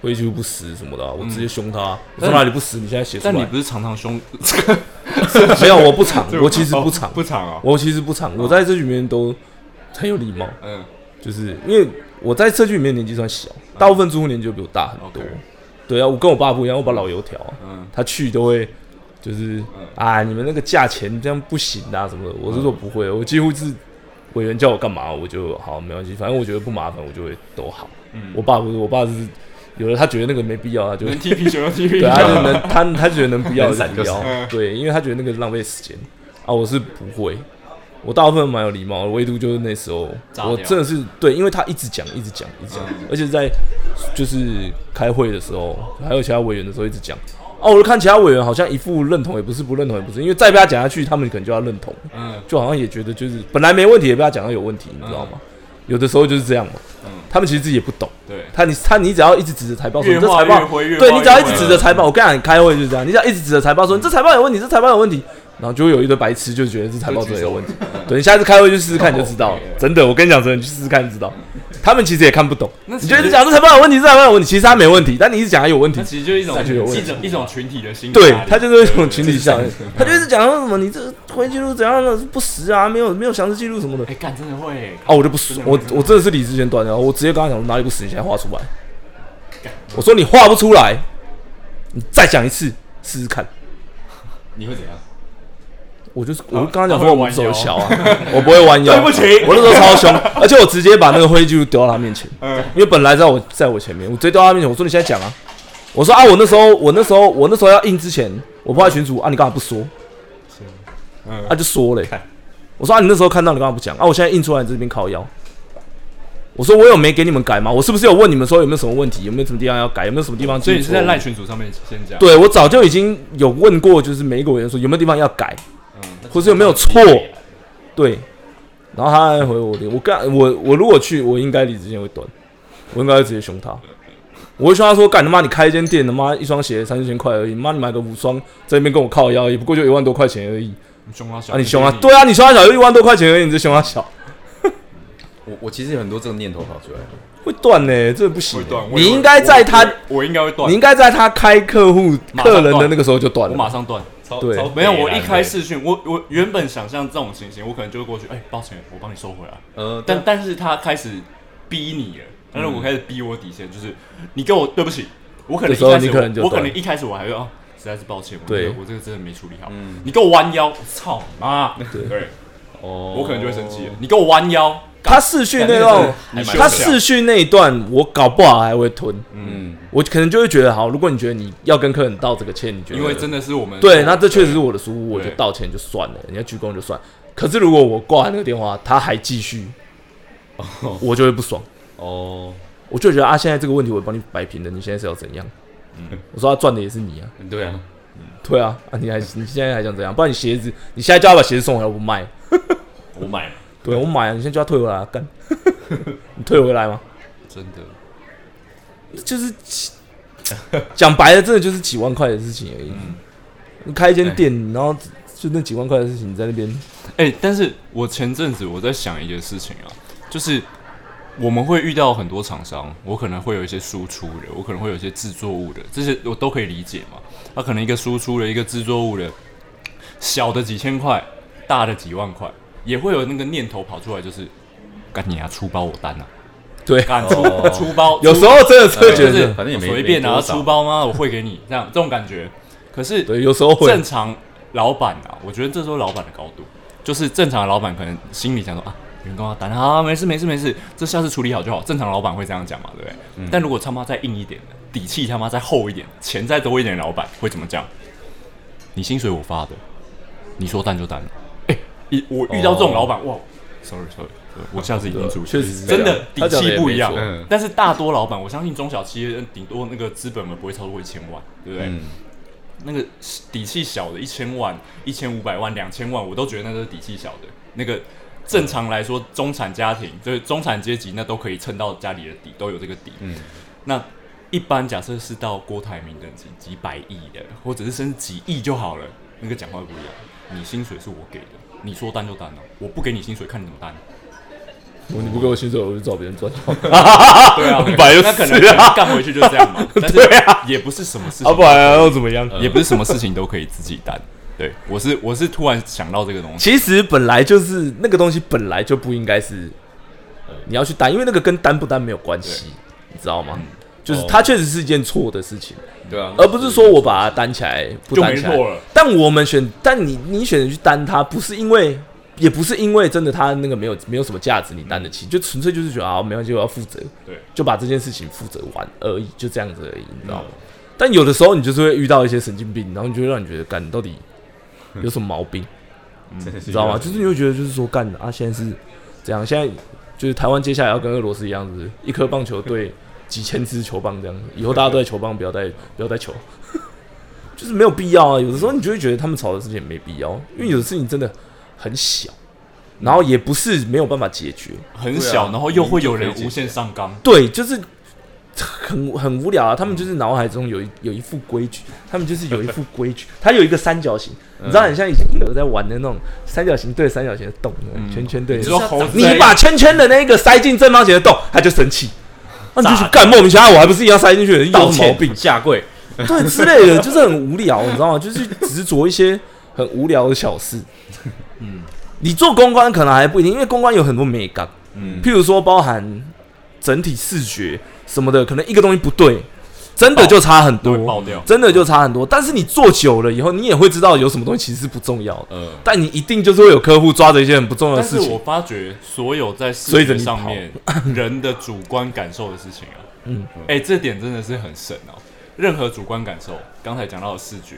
挥去不死什么的啊、我直接凶他，我说哪里不死，你现在写
嗯
出
但你
来，
不是常常凶？
<laughs> 没有，我不
<laughs>
藏，我其实不藏
哦，不长啊。
我其实不藏，我在这里面都很有礼貌，
嗯，
就是因为我在社区里面年纪算小，大部分住户年纪就比我大很多
OK。
对啊，我跟我爸不一样，我爸老油条啊、
嗯
他去都会就是啊，你们那个价钱这样不行啊什么的。我是说
嗯
不会，我几乎是委员叫我干嘛我就好，没关系，反正我觉得不麻烦，我就会都好。
嗯
我爸不是，我爸是有的，他觉得那个没必要，他就会
能踢皮
<laughs>
球就踢皮
对，
球。
他就能
<laughs>
他他觉得能不要
能闪
不
就
要
闪，
对，因为他觉得那个浪费时间啊。我是不会，我大部分蛮有礼貌的，唯独就是那时候
炸掉嗯
我真的是对，因为他一直讲，一直讲，一直讲，而且在就是开会的时候，还有其他委员的时候一直讲。哦、我就看其他委员好像一副认同，也不是不认同，也不是，因为再被他讲下去，他们可能就要认同，
嗯
就好像也觉得就是本来没问题，也被他讲到有问题，你知道吗？有的时候就是这样嘛，
嗯
他们其实自己也不懂，
对，
他你他你只要一直指着财报说
越
你这
画
财
越
报，
灰越
对
画
你
越
只要一直
灰
指着财报，我跟你讲，你开会就是这样，你只要一直指着财报说你这财报有问题，这财报有问题，然后就会有一堆白痴就觉得这财报真的有问题。对你下次开会去试试看你就知道了，真的，我跟你讲真的，你去试试看就知道。他们其实也看不懂，你觉得你讲这财报有问题，这财报有问题，其实他没问题，但你一直讲他有问题
那，其实就一种
感觉有问题
一种一种群体的心态。
对他就是一种群体效
<laughs>
应
对对对，
他就一直讲说什么你这个会议记录怎样的不实啊，没有没有详细记录什么的
哎，干真的会，
啊，我就不说，我我真的是理智先断掉，我直接跟他讲说哪里不实，你现在画出来。我说你画不出来，你再讲一次试试看。
你会怎样？
我就是我就跟他讲
他会
说我们
弯腰
手小啊，我不会弯腰，
<laughs> 对不起
我那时候超凶，而且我直接把那个灰就丢到他面前，
呃
因为本来在我在我前面，我直接丢到他面前，我说你现在讲啊，我说啊我那时候我那时候我那时候要印之前，我不在群主啊，你干嘛不说？
嗯
他、就说嘞、我说啊你那时候看到你干嘛不讲啊？我现在印出来你这边靠腰。我说我有没给你们改吗？我是不是有问你们说有没有什么问题，有没有什么地方要改，有没有什么地方？
所以你是在赖群组上面先讲，
对我早就已经有问过，就是每一个委员说有没有地方要改，
嗯
或是有没有错，对。然后他还回我，我干我我如果去，我应该理直线会断，我应该会直接凶他。我会凶他说：“干他妈，你开一间店，他妈一双鞋三四千块而已，妈你买个五双，在那边跟我靠腰，也不过就一万多块钱而已。
你凶他小，
啊，你凶啊？对啊，你凶他小就一万多块钱而已，你这凶他小，
我我其实有很多这种念头跑出来，
会断呢、这不行
会
欸、
断。我
你
也
应该在他，
我我应该会断，
你应该在他开客户
马上
客人的
断
那个时候就断
我
了。
马上断。
超
对
超
没有，我
北
一
蓝
开
的
视讯，我我原本想象这种情形，我可能就会过去，哎，抱歉，我帮你收回来。
呃，
啊
但但是他开始逼你了，但是我开始逼我底线，就是你跟我对不起，我可能一
这时候
开始
你可能就
我我可
断
能一开始我还会哦，实在是抱歉，我
对
这个我这个真的没处理好，你给我弯腰，操你妈，对，
哦，
我可能就会生气了，你给我弯腰，
他试训那段，
你休息啊
他试训那一段，我搞不好还会吞，
嗯，
我可能就会觉得好。如果你觉得你要跟客人道这个歉，你觉得
因为真的是我们
对，那这确实是我的疏忽，我就
对
道歉就算了，人家鞠躬就算。可是如果我挂那个电话，他还继续，我就会不爽，
哦，
我就觉得啊，现在这个问题我帮你摆平了，你现在是要怎样？我说他赚的也是你啊，
对啊，
对啊，啊你还你现在还想怎样？不然你鞋子，你现在叫他把鞋子送回来，我不卖。
我买了，
对我买了，你现在叫他退回来啊，干，你退回来吗？
真的
就是几 <laughs> 讲白了，真的就是几万块的事情而已。你开一间店，然后就那几万块的事情，你在那边
哎、但是我前阵子我在想一件事情啊，就是我们会遇到很多厂商，我可能会有一些输出的，我可能会有一些制作物的，这些我都可以理解嘛。那、可能一个输出的，一个制作物的，小的几千块，大的几万块，也会有那个念头跑出来，就是干你啊，出包我单啊，
对，
干出
哦
出包，
有时候真的是会觉
就
得
是
这，
反正也没
随便
没
啊，
多少
出包吗？我会给你这样这种感觉。可是
对，有时候会
正常老板啊，我觉得这时候老板的高度，就是正常的老板可能心里想说啊，员工啊，打啊，没事没事没事，这下次处理好就好。正常老板会这样讲嘛，对不对？
嗯
但如果他妈再硬一点的，底气他妈再厚一点，钱再多一点，的老板会怎么讲？你薪水我发的，你说淡就淡了。哎、一我遇到这
哦
种老板，哇，sorry sorry。我下次一定注意，
啊确实是这
真
样
的底
他讲得
气
也
不
没
一样
错。
嗯
但是大多老板，我相信中小企业顶多那个资本额不会超过一千万，对不对？
嗯，
那个底气小的，一千万、一千五百万、两千万，我都觉得那都是底气小的。那个正常来说，中产家庭就是中产阶级，那都可以撑到家里的底，都有这个底。
嗯，
那一般假设是到郭台铭等级几百亿的，或者是甚至几亿就好了，那个讲话不一样。你薪水是我给的，你说担就担哦，我不给你薪水，看你怎么担。
我哦你不给我薪水，我就找别人 <laughs> 赚就好了。
对
<laughs>
啊，
本来就是
那可能干回去就这样
<laughs>
嘛。但是
对啊
也不是什么事情
啊，
呃
不，然又怎么样？
也不是什么事情都可以自己担。对我是我是突然想到这个东西，
其实本来就是那个东西，本来就不应该是你要去担，因为那个跟担不担没有关系，你知道吗？就是它确实是一件错的事情，
对啊
而不是说我把它担起来不担起
就没错了
来。但我们选，但你你选择去担它，不是因为，也不是因为真的它那个没有没有什么价值，你担得
嗯
起，就纯粹就是觉得啊，没关系，我要负责，
对
就把这件事情负责完而已，就这样子而已，你知道吗？但有的时候你就是会遇到一些神经病，然后你就会让你觉得，干你到底有什么毛病？
真的是
你知道吗？就是你会觉得就是说干啊，现在是这样，现在就是台湾接下来要跟俄罗斯一样子，一颗棒球队几千支球棒这样子，以后大家都在球棒，不要再不要再球， <laughs> 就是没有必要啊。有的时候你就会觉得他们吵的事情也没必要，因为有的事情真的很小，然后也不是没有办法解决，
很
啊
小，然后又会有人无限上纲。
对，就是很很无聊啊。他们就是脑海中有一有一副规矩，他们就是有一副规矩，它有一个三角形，你知
嗯
道，很像以前有在玩的那种三角形对三角形的洞，圈圈对
嗯你说猴子
你把圈圈的那个塞进正方形的洞，他就生气。那你就去干莫名其妙，我还不是一样塞进去？你有
道
什么毛
歉
病？
下跪，
<laughs> 对之类的，就是很无聊，你知道吗？就是执着一些很无聊的小事。嗯，你做公关可能还不一定，因为公关有很多美感，
嗯
譬如说包含整体视觉什么的，可能一个东西不对，真的就差很
爆
多
爆掉，
真的就差很多。但是你做久了以后，你也会知道有什么东西其实是不重要的，
呃，
但你一定就是会有客户抓着一些很不重要的
但
事
是
情
我。发觉所有在视
追着
觉
你
上
跑
面人的主观感受的事情啊，
嗯
嗯，哎、这点真的是很神哦。任何主观感受，刚才讲到的视觉、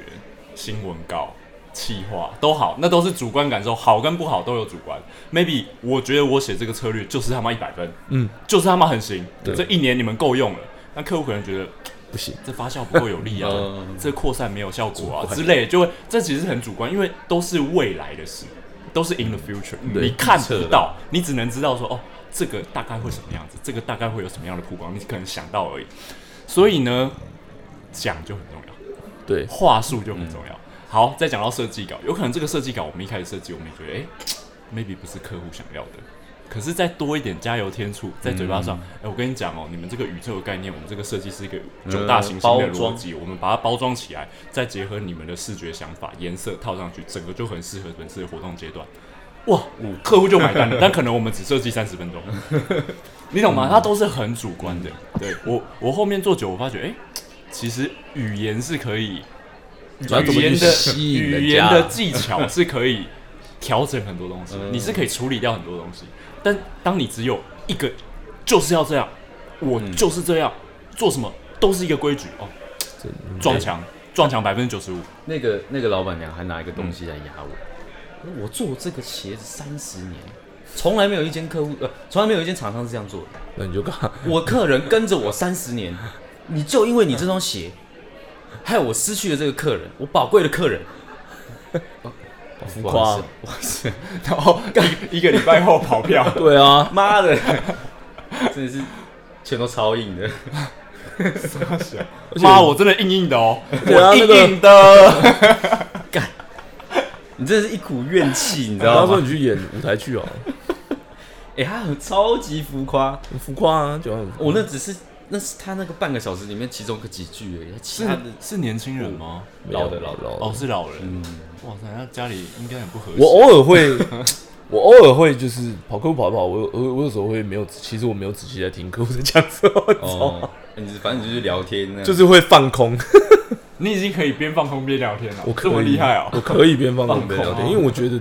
新闻稿、气话都好，那都是主观感受，好跟不好都有主观。Maybe 我觉得我写这个策略就是他妈一百分，
嗯，
就是他妈很行，
对
这一年你们够用了。那客户可能觉得
不行，
这发酵不够有力啊，
嗯
这扩散没有效果啊之类的，就会这其实很主观，因为都是未来的事，都是 in the future，
嗯对
你看
预测
不
的
到，你只能知道说哦，这个大概会什么样子，这个大概会有什么样的曝光，你可能想到而已。所以呢，讲就很重要，
对，
话术就很重要。好，再讲到设计稿，有可能这个设计稿我们一开始设计，我们也觉得哎，maybe 不是客户想要的。可是再多一点加油添醋，在嘴巴上，哎、我跟你讲哦，你们这个宇宙的概念，我们这个设计是一个九大行星
嗯
的
包
逻
装
辑，我们把它包装起来，再结合你们的视觉想法、颜色套上去，整个就很适合本次的活动阶段。哇，客户就买单了，但可能我们只设计三十分钟，你懂
嗯
吗？它都是很主观的。对我，我后面做久，我发觉，哎、其实语言是可以，
主要
语
怎么去
言的
吸引人
语言的
家
技巧是可以调整很多东西，
嗯
你是可以处理掉很多东西。但当你只有一个，就是要这样，我
嗯
就是这样，做什么都是一个规矩哦。撞墙，撞墙百分之九十五，
那个那个老板娘还拿一个东西
嗯
来压我，我做这个鞋子三十年，从来没有一间客户呃，从来没有一间厂商是这样做
<laughs>
的。
那你就干。
我客人跟着我三十年，你就因为你这双鞋，害我失去了这个客人，我宝贵的客人。浮
夸啊
我是
然
哦
后一一个礼拜后跑
<laughs>
票，
对啊，
妈的，真的是全都超硬的。
妈，我真的硬硬的哦，
对啊
我
那
硬
个
硬的。
你真的是一股怨气，你知道
到时候
吗
你？去演舞台剧哦，
哎、他很超级浮夸，
很浮夸啊，就很浮夸
我那只是那是他那个半个小时里面其中个几句而已，其
是
他的嗯
是年轻人吗？
老的老的
嗯老嗯
哦，是老人。哇塞，那家里应该很不和谐。
我偶尔会， <laughs> 我偶尔会就是跑客户跑一跑，我有我我有时候会没有，其实我没有仔细在听客户在讲什么，你知 <laughs> 道吗
哦，你反正你就是聊天那样，
就是会放空。
你已经可以边放空边聊天了，
我可
这
以
么厉害哦
我！可以边放空边
放
聊
空
天，因为我觉得，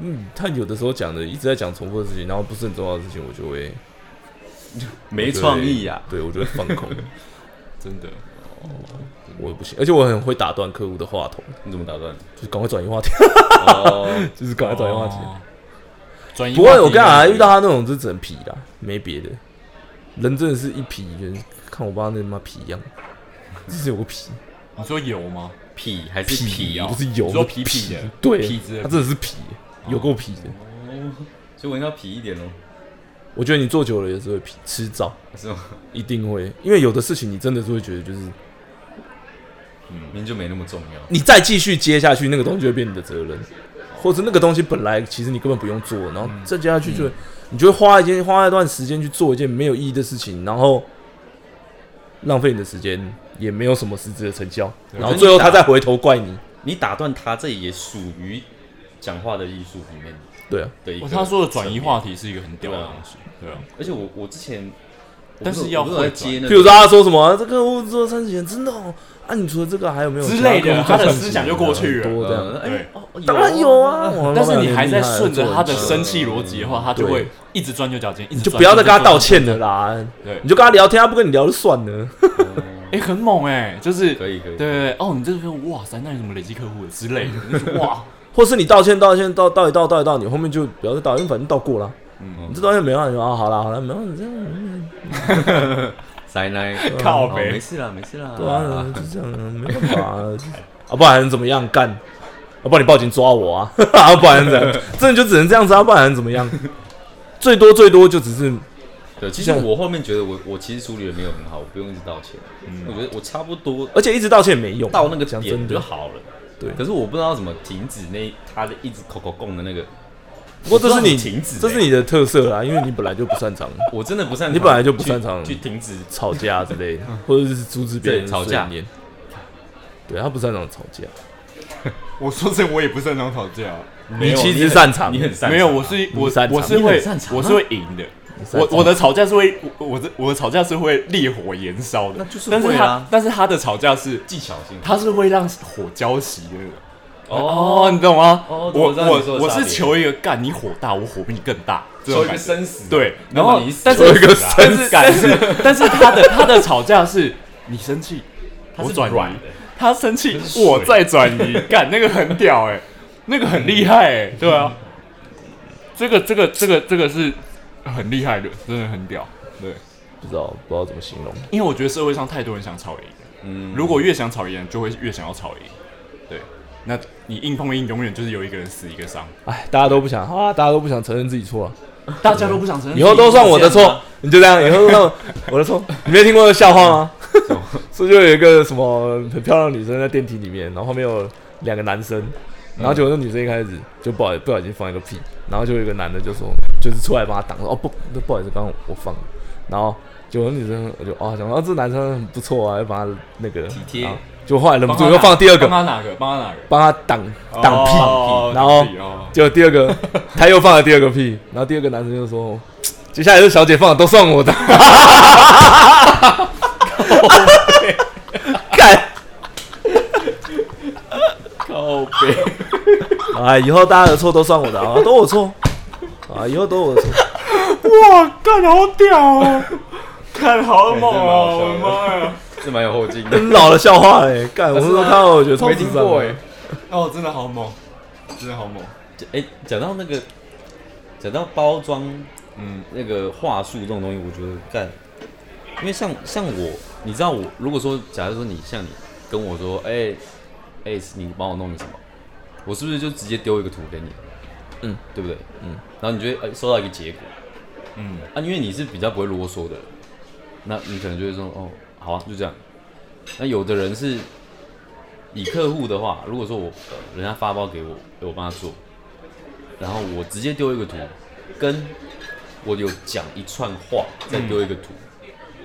嗯，他有的时候讲的一直在讲重复的事情，然后不是很重要的事情，我就会
没创意啊。
对我就会放空，哦
真的，
我不行，而且我很会打断客户的话筒，
你怎么打断？
就是赶快转移话题，
哦，
<laughs> 就是赶快转移话题。
哦。转移
不
话
过
题
我跟你讲
也
啊，
可以
遇到他那种就只能皮啦，没别的。人真的是一皮，就是看我爸那他妈皮一样，就是有个皮
你说有吗？
痞还是痞
不
哦。
是油，
你说皮皮的
对，
皮子的哦
他真的是皮，有够皮的。
所以闻到痞一点哦。
我觉得你做久了也是会疲迟早
是吗？
一定会，因为有的事情你真的是会觉得，就是
明明就没那么重要。
你再继续接下去，那个东西就会变你的责任，或者那个东西本来其实你根本不用做，然后再接下去
嗯
就会、你就会花一件花一段时间去做一件没有意义的事情，然后浪费你的时间，也没有什么实质的成效，然后最后他再回头怪你，
你打断他，这也属于讲话的艺术里面
对啊，
的一个。
哇哦他说的转移话，题是一个很屌的东西，对啊，
而且我我之前，我
但
不
是要
我不知道在
会
接那个，
譬如说他说什么、啊、这个我做三十年真的哦，啊，你除了这个还有没有
之
其他
类的
工作
他的
赚
思
钱
想就过去了
很多这样
呃，哎
对，
哦，
当然有啊，哇
但是
老板
你
很
还
厉
在
害
顺着
做
他的
很久
生气逻辑的话，他就
对
会一直钻牛角尖，一直
你就
钻
不要再跟他道。
一直
歉了啦，
<laughs> 钻对
你就跟他聊天，他不跟你聊就算了。
哎、很猛哎、就是
可以可以
对对对哦，你这个哇塞，那你怎么累积客户的之类的？你就觉得
<laughs>
哇，
或是你道歉道歉道道一道道一道，你后面就不要再道，因为反正道过了。
嗯
你这道歉没办法，你说啊，好啦好啦，没办法，这样嗯
塞奶，
靠
哦
北
没事啦，没事啦。
对啊，就这样，没办法啊，就是啊，不然还能怎么样干？啊，不然你报警抓我啊， <laughs> 啊，不然怎样？真的就只能这样子啊，不然还能怎么样？最多最多就只是
对，其实
像
我后面觉得我我其实处理的没有很好，我不用一直道歉。我觉得我差不多
而且一直道歉也没用，
到那个
讲
点
真
就
的。
好了。
对
可是我不知道怎么停止那他的一直口口供的那个，
不过这是你
我不知道怎么停止欸
这是你的特色啦，因为你本来就不擅长
我真的不擅长。
你本来就不擅长
去去停止，
吵架之类的，或者是阻止别人
对吵架
碎念。对他不擅长吵架，
我说这我也不是很能吵架，
没有
其实
很
擅长
你很擅长。
没有，我是我
你擅长
我是
啊你
会
很擅长啊
我是会赢的。
擅
我
长
我的吵架是会我我的我的吵架是会烈火燃烧的，
那就是
但是
会
他
啊
但是他的吵架是
技巧性。
他是会让火浇熄的那种。哦，你懂吗？
哦
我
我知道你说
我
的
我
差别
是求一个干，你火大，我火比你更大，这种
求一
感
个
觉。
生死，
对，然
然
后
后你死
但是
求一
个
但是但是但是他的他的吵架是你生气，
是
我转
软
移
的，
他生气
是水
我再转移，干那个很屌哎、那个很厉害哎、对啊，这个这个这个这个是很厉害的，真的很屌，对，
不知道不知道怎么形容。
因为我觉得社会上太多人想吵赢了，
嗯
如果越想吵赢，就会越想要吵赢，对，那你硬碰硬，永远就是有一个人死一个伤，
哎，大家都不想好啊，大家都不想承认自己错了，
大家都不想承认，
以后都算我的
这样
错，你就这样，以后都算我我的错。你没听过笑话吗？说就有一个什么很漂亮的女生在电梯里面，然后后面有两个男生，然后结果那女生一开始就不好不小心放一个屁，然后就有一个男的就说，就是出来帮她挡，说哦不，那不好意思，刚刚我放了，然后结果那女生我就哦想说、哦、这男生很不错啊，要帮他那个体
贴，
就后来忍不
帮
住
他
又放第二个，
帮他哪个？帮他哪个？
帮他挡挡屁，
哦
然后
挡屁哦
就第二 <laughs> 个他又放了第二个屁，然后第二个男生就说，接下来这小姐放的都算我 <laughs> 的，干，
哦
靠北。
啊，以后大家的错都算我的啊，都我错，啊，以后都我错，
哇，干好屌 <laughs> 哦！看好猛哦！我
哎真的蛮好
的妈呀！
<laughs> 是蛮有后劲 <laughs> 的。
很 <laughs> 老的笑话嘞，干，我那时候看到我觉得超
没
智
听
障
过
的
哎。
<laughs> 哦，真的好猛，真的好猛。
哎，讲到那个，讲到包装
嗯，
那个话术这种东西，我觉得干，因为像像我，你知道我，如果说，假如说你像你跟我说，哎、哎、你帮我弄什么，我是不是就直接丢一个图给你？
嗯，
对不对？嗯，然后你就会、哎收到一个结果，
嗯，
啊，因为你是比较不会啰嗦的人，那你可能就会说，哦，好啊，就这样。那有的人是以客户的话，如果说我、呃、人家发包给我，我帮他做，然后我直接丢一个图，跟我有讲一串话再丢一个图，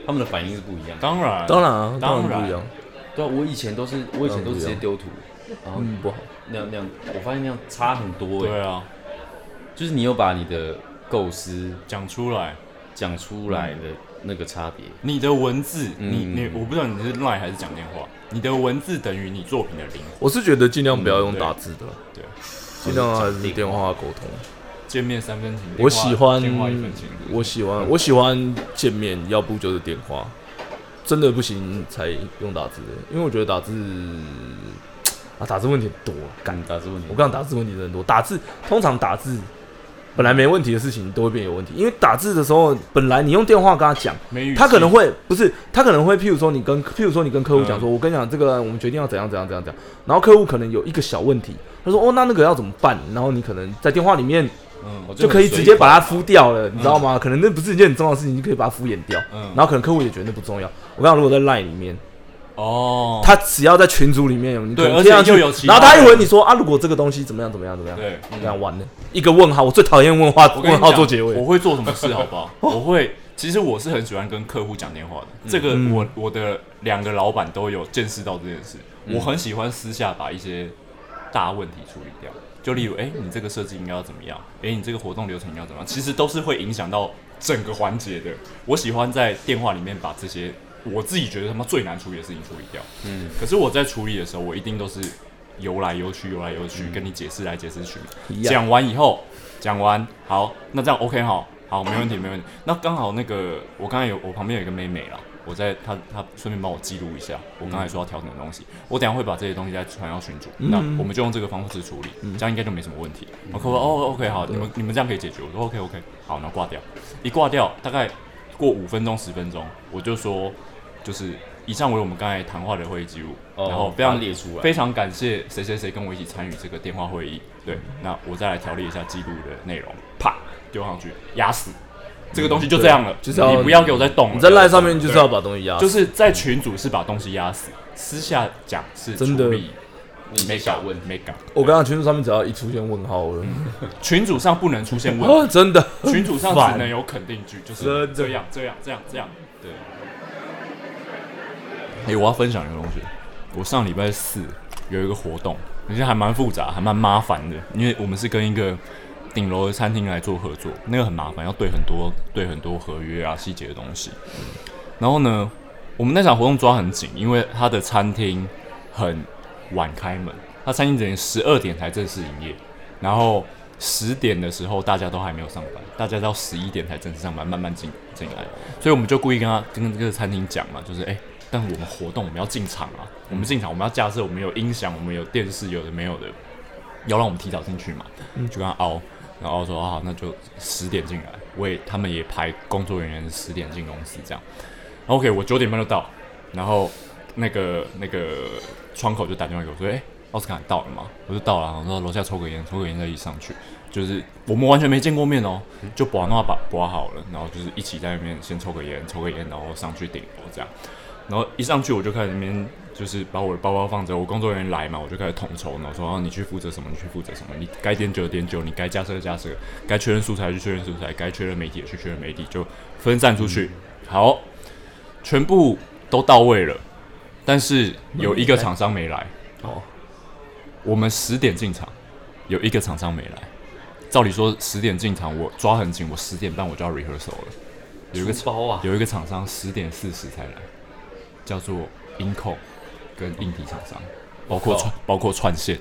他们的反应是不一样的。
当然，
当然啊，
当
然不一样，
对啊，我以前都是我以前都直接丢图，然后
嗯不好。
那样那样，我发现那样差很多、欸。
对啊，
就是你有把你的构思
讲出来，
讲出来的那个差别。
你的文字，
嗯
你你，我不知道你是 line 还是讲电话，你的文字等于你作品的灵魂。
我是觉得尽量不要
嗯
用
对
打字的啦，
对，
尽量还是电话沟通。
见面三分情，电话
我喜欢
电话一分情。，
我喜欢，我喜欢见面，要不就是电话，真的不行才用打字的，因为我觉得打字啊，打字问题很多啊。
敢打字问题，
我刚打字问题真的很多，打字通常打字本来没问题的事情都会变有问题，因为打字的时候本来你用电话跟他讲
没语气，
他可能会不是，他可能会譬如说你跟譬如说你跟客户讲
嗯
说，我跟你讲这个我们决定要怎样怎样怎样怎样，然后客户可能有一个小问题，他说哦那那个要怎么办？然后你可能在电话里面
嗯，我
就可以直接把它敷掉了，你知道吗？可能那不是一件很重要的事情，你就可以把它敷衍掉。
嗯
然后可能客户也觉得那不重要。我刚刚如果在 line 里面，
哦，
他只要在群组里面有，你
对
可能
而且
贴上去
又有其他
然后他一回你说啊，如果这个东西怎么样怎么样怎么样，
对嗯
你这样完了，一个问号，我最讨厌问话
我跟你
问
讲
号做结尾哦
我。会做什么事，好不
<laughs>
好？我会，其实我是很喜欢跟客户
嗯
讲电话的。这个我我的两个老板都有见识到这件事。
嗯
我很喜欢私下把一些大问题处理掉，就例如，
嗯
哎，你这个设计应该要怎么样？哎，你这个活动流程应该要怎么样？其实都是会影响到整个环节的。我喜欢在电话里面把这些我自己觉得他妈最难处理的事情处理掉。嗯，可是我在处理的时候，我一定都是游来游去，游来游去，跟你解释来解释去。
嗯一样
讲完以后，讲完好，那这样 OK 好，好，没问题，没问题。那刚好那个我刚才有我旁边有一个妹妹啦，我在她她顺便帮我记录一下我刚才说要调整的东西，我等一下会把这些东西再传到群主，
嗯
那我们就用这个方式处理，这样应该就没什么问题。我客户说哦 OK 好，你们你们这样可以解决，我说 OK OK 好，然后挂掉，一挂掉大概过五分钟十分钟，我就说就是以上为我们刚才谈话的会议记录，
哦
然后非
把
常
它列出来
非常感谢谁谁谁跟我一起参与这个电话会议。
嗯
对，那我再来条列一下记录的内容，啪丢上去，压死。这个东西就这样了，
嗯就是要
你不要给我再动了。
你在 line 上面就是要
对
把东西压死，
就是在群组是把东西压死，私下讲是
真的
处理
没
没
小
搞
问，
没搞。
我刚刚群组上面只要一出现问号，我 <laughs> 就
群组上不能出现
<laughs>
问题，
啊，真的，
嗯 <laughs> 群组上
很
只
烦啊
能有肯定句，就是
真的
这样这样这样这样，对。哎、我要分享一个东西，我上礼拜四有一个活动，而且还蛮复杂，还蛮麻烦的，因为我们是跟一个顶楼的餐厅来做合作，那个很麻烦，要对很多对很多合约啊细节的东西。然后呢，我们那场活动抓很紧，因为他的餐厅很晚开门，他餐厅只能十二点才正式营业，然后十点的时候大家都还没有上班，大家到十一点才正式上班，慢慢进进来，所以我们就故意跟他跟这个餐厅讲嘛，就是哎、但我们活动我们要进场啊，我们进场我们要架设，我们有音响，我们有电视，有的没有的，要让我们提早进去嘛，就跟他凹，然后凹说啊，那就十点进来，我也他们也排工作人员十点进公司这样。OK，我九点半就到，然后那个那个窗口就打电话给我说，哎、奥斯卡你到了吗？我就到了，啊然后楼下抽个烟，抽个烟再一起上去。就是我们完全没见过面哦，就把那把把好了，然后就是一起在那边先抽个烟，抽个烟，然后上去顶楼这样。然后一上去我就开始那边就是把我的包包放着，我工作人员来嘛，我就开始统筹，然后说、啊、你去负责什么，你去负责什么，你该点酒的点酒，你该架设的架设，该确认素材的去确认素材，该确认媒体的去确认媒体，就分散出去。好，全部都到位了，但是有一个厂商没来。
哦，
我们十点进场，有一个厂商没来。照理说十点进场，我抓很紧，我十点半我就要 rehearsal 了。有一个
出包啊
有一个厂商十点四十才来，叫做音控跟硬体厂商，包括串包括串线。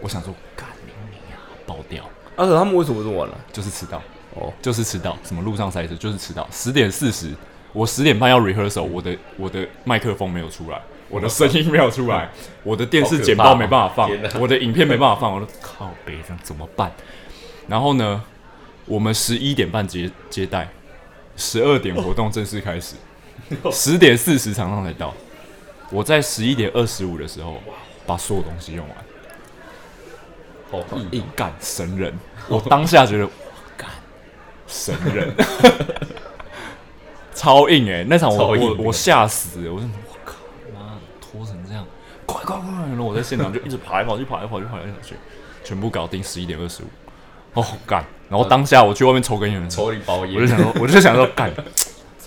我想说，干你娘爆掉，
啊，可他们为什么这么晚了？
就是迟到。
哦，
就是迟到，什么路上塞车就是迟到。十点四十，我十点半要 rehearsal，我的我的麦克风没有出来，我的声音没有
<laughs>
出来，我的电视简报没办法放
好可怕哦天，哪
我的影片没办法放，我说靠北，这样怎么办？然后呢，我们十一点半接接待，十二点活动正式
<laughs>
开始，十点四十场上才到。我在十一点二十五的时候把所有东西用完，
好硬
硬干神人，我当下觉得哇干神人，超硬哎、那场我
超硬
我我吓死了，我就我靠妈拖成这样，快快快！然后我在现场就一直跑来跑去，跑来跑去，跑来跑去，全部搞定十一点二十五，哦干！然后当下我去外面抽根烟，
抽一包烟，
我就想说，我就想说干。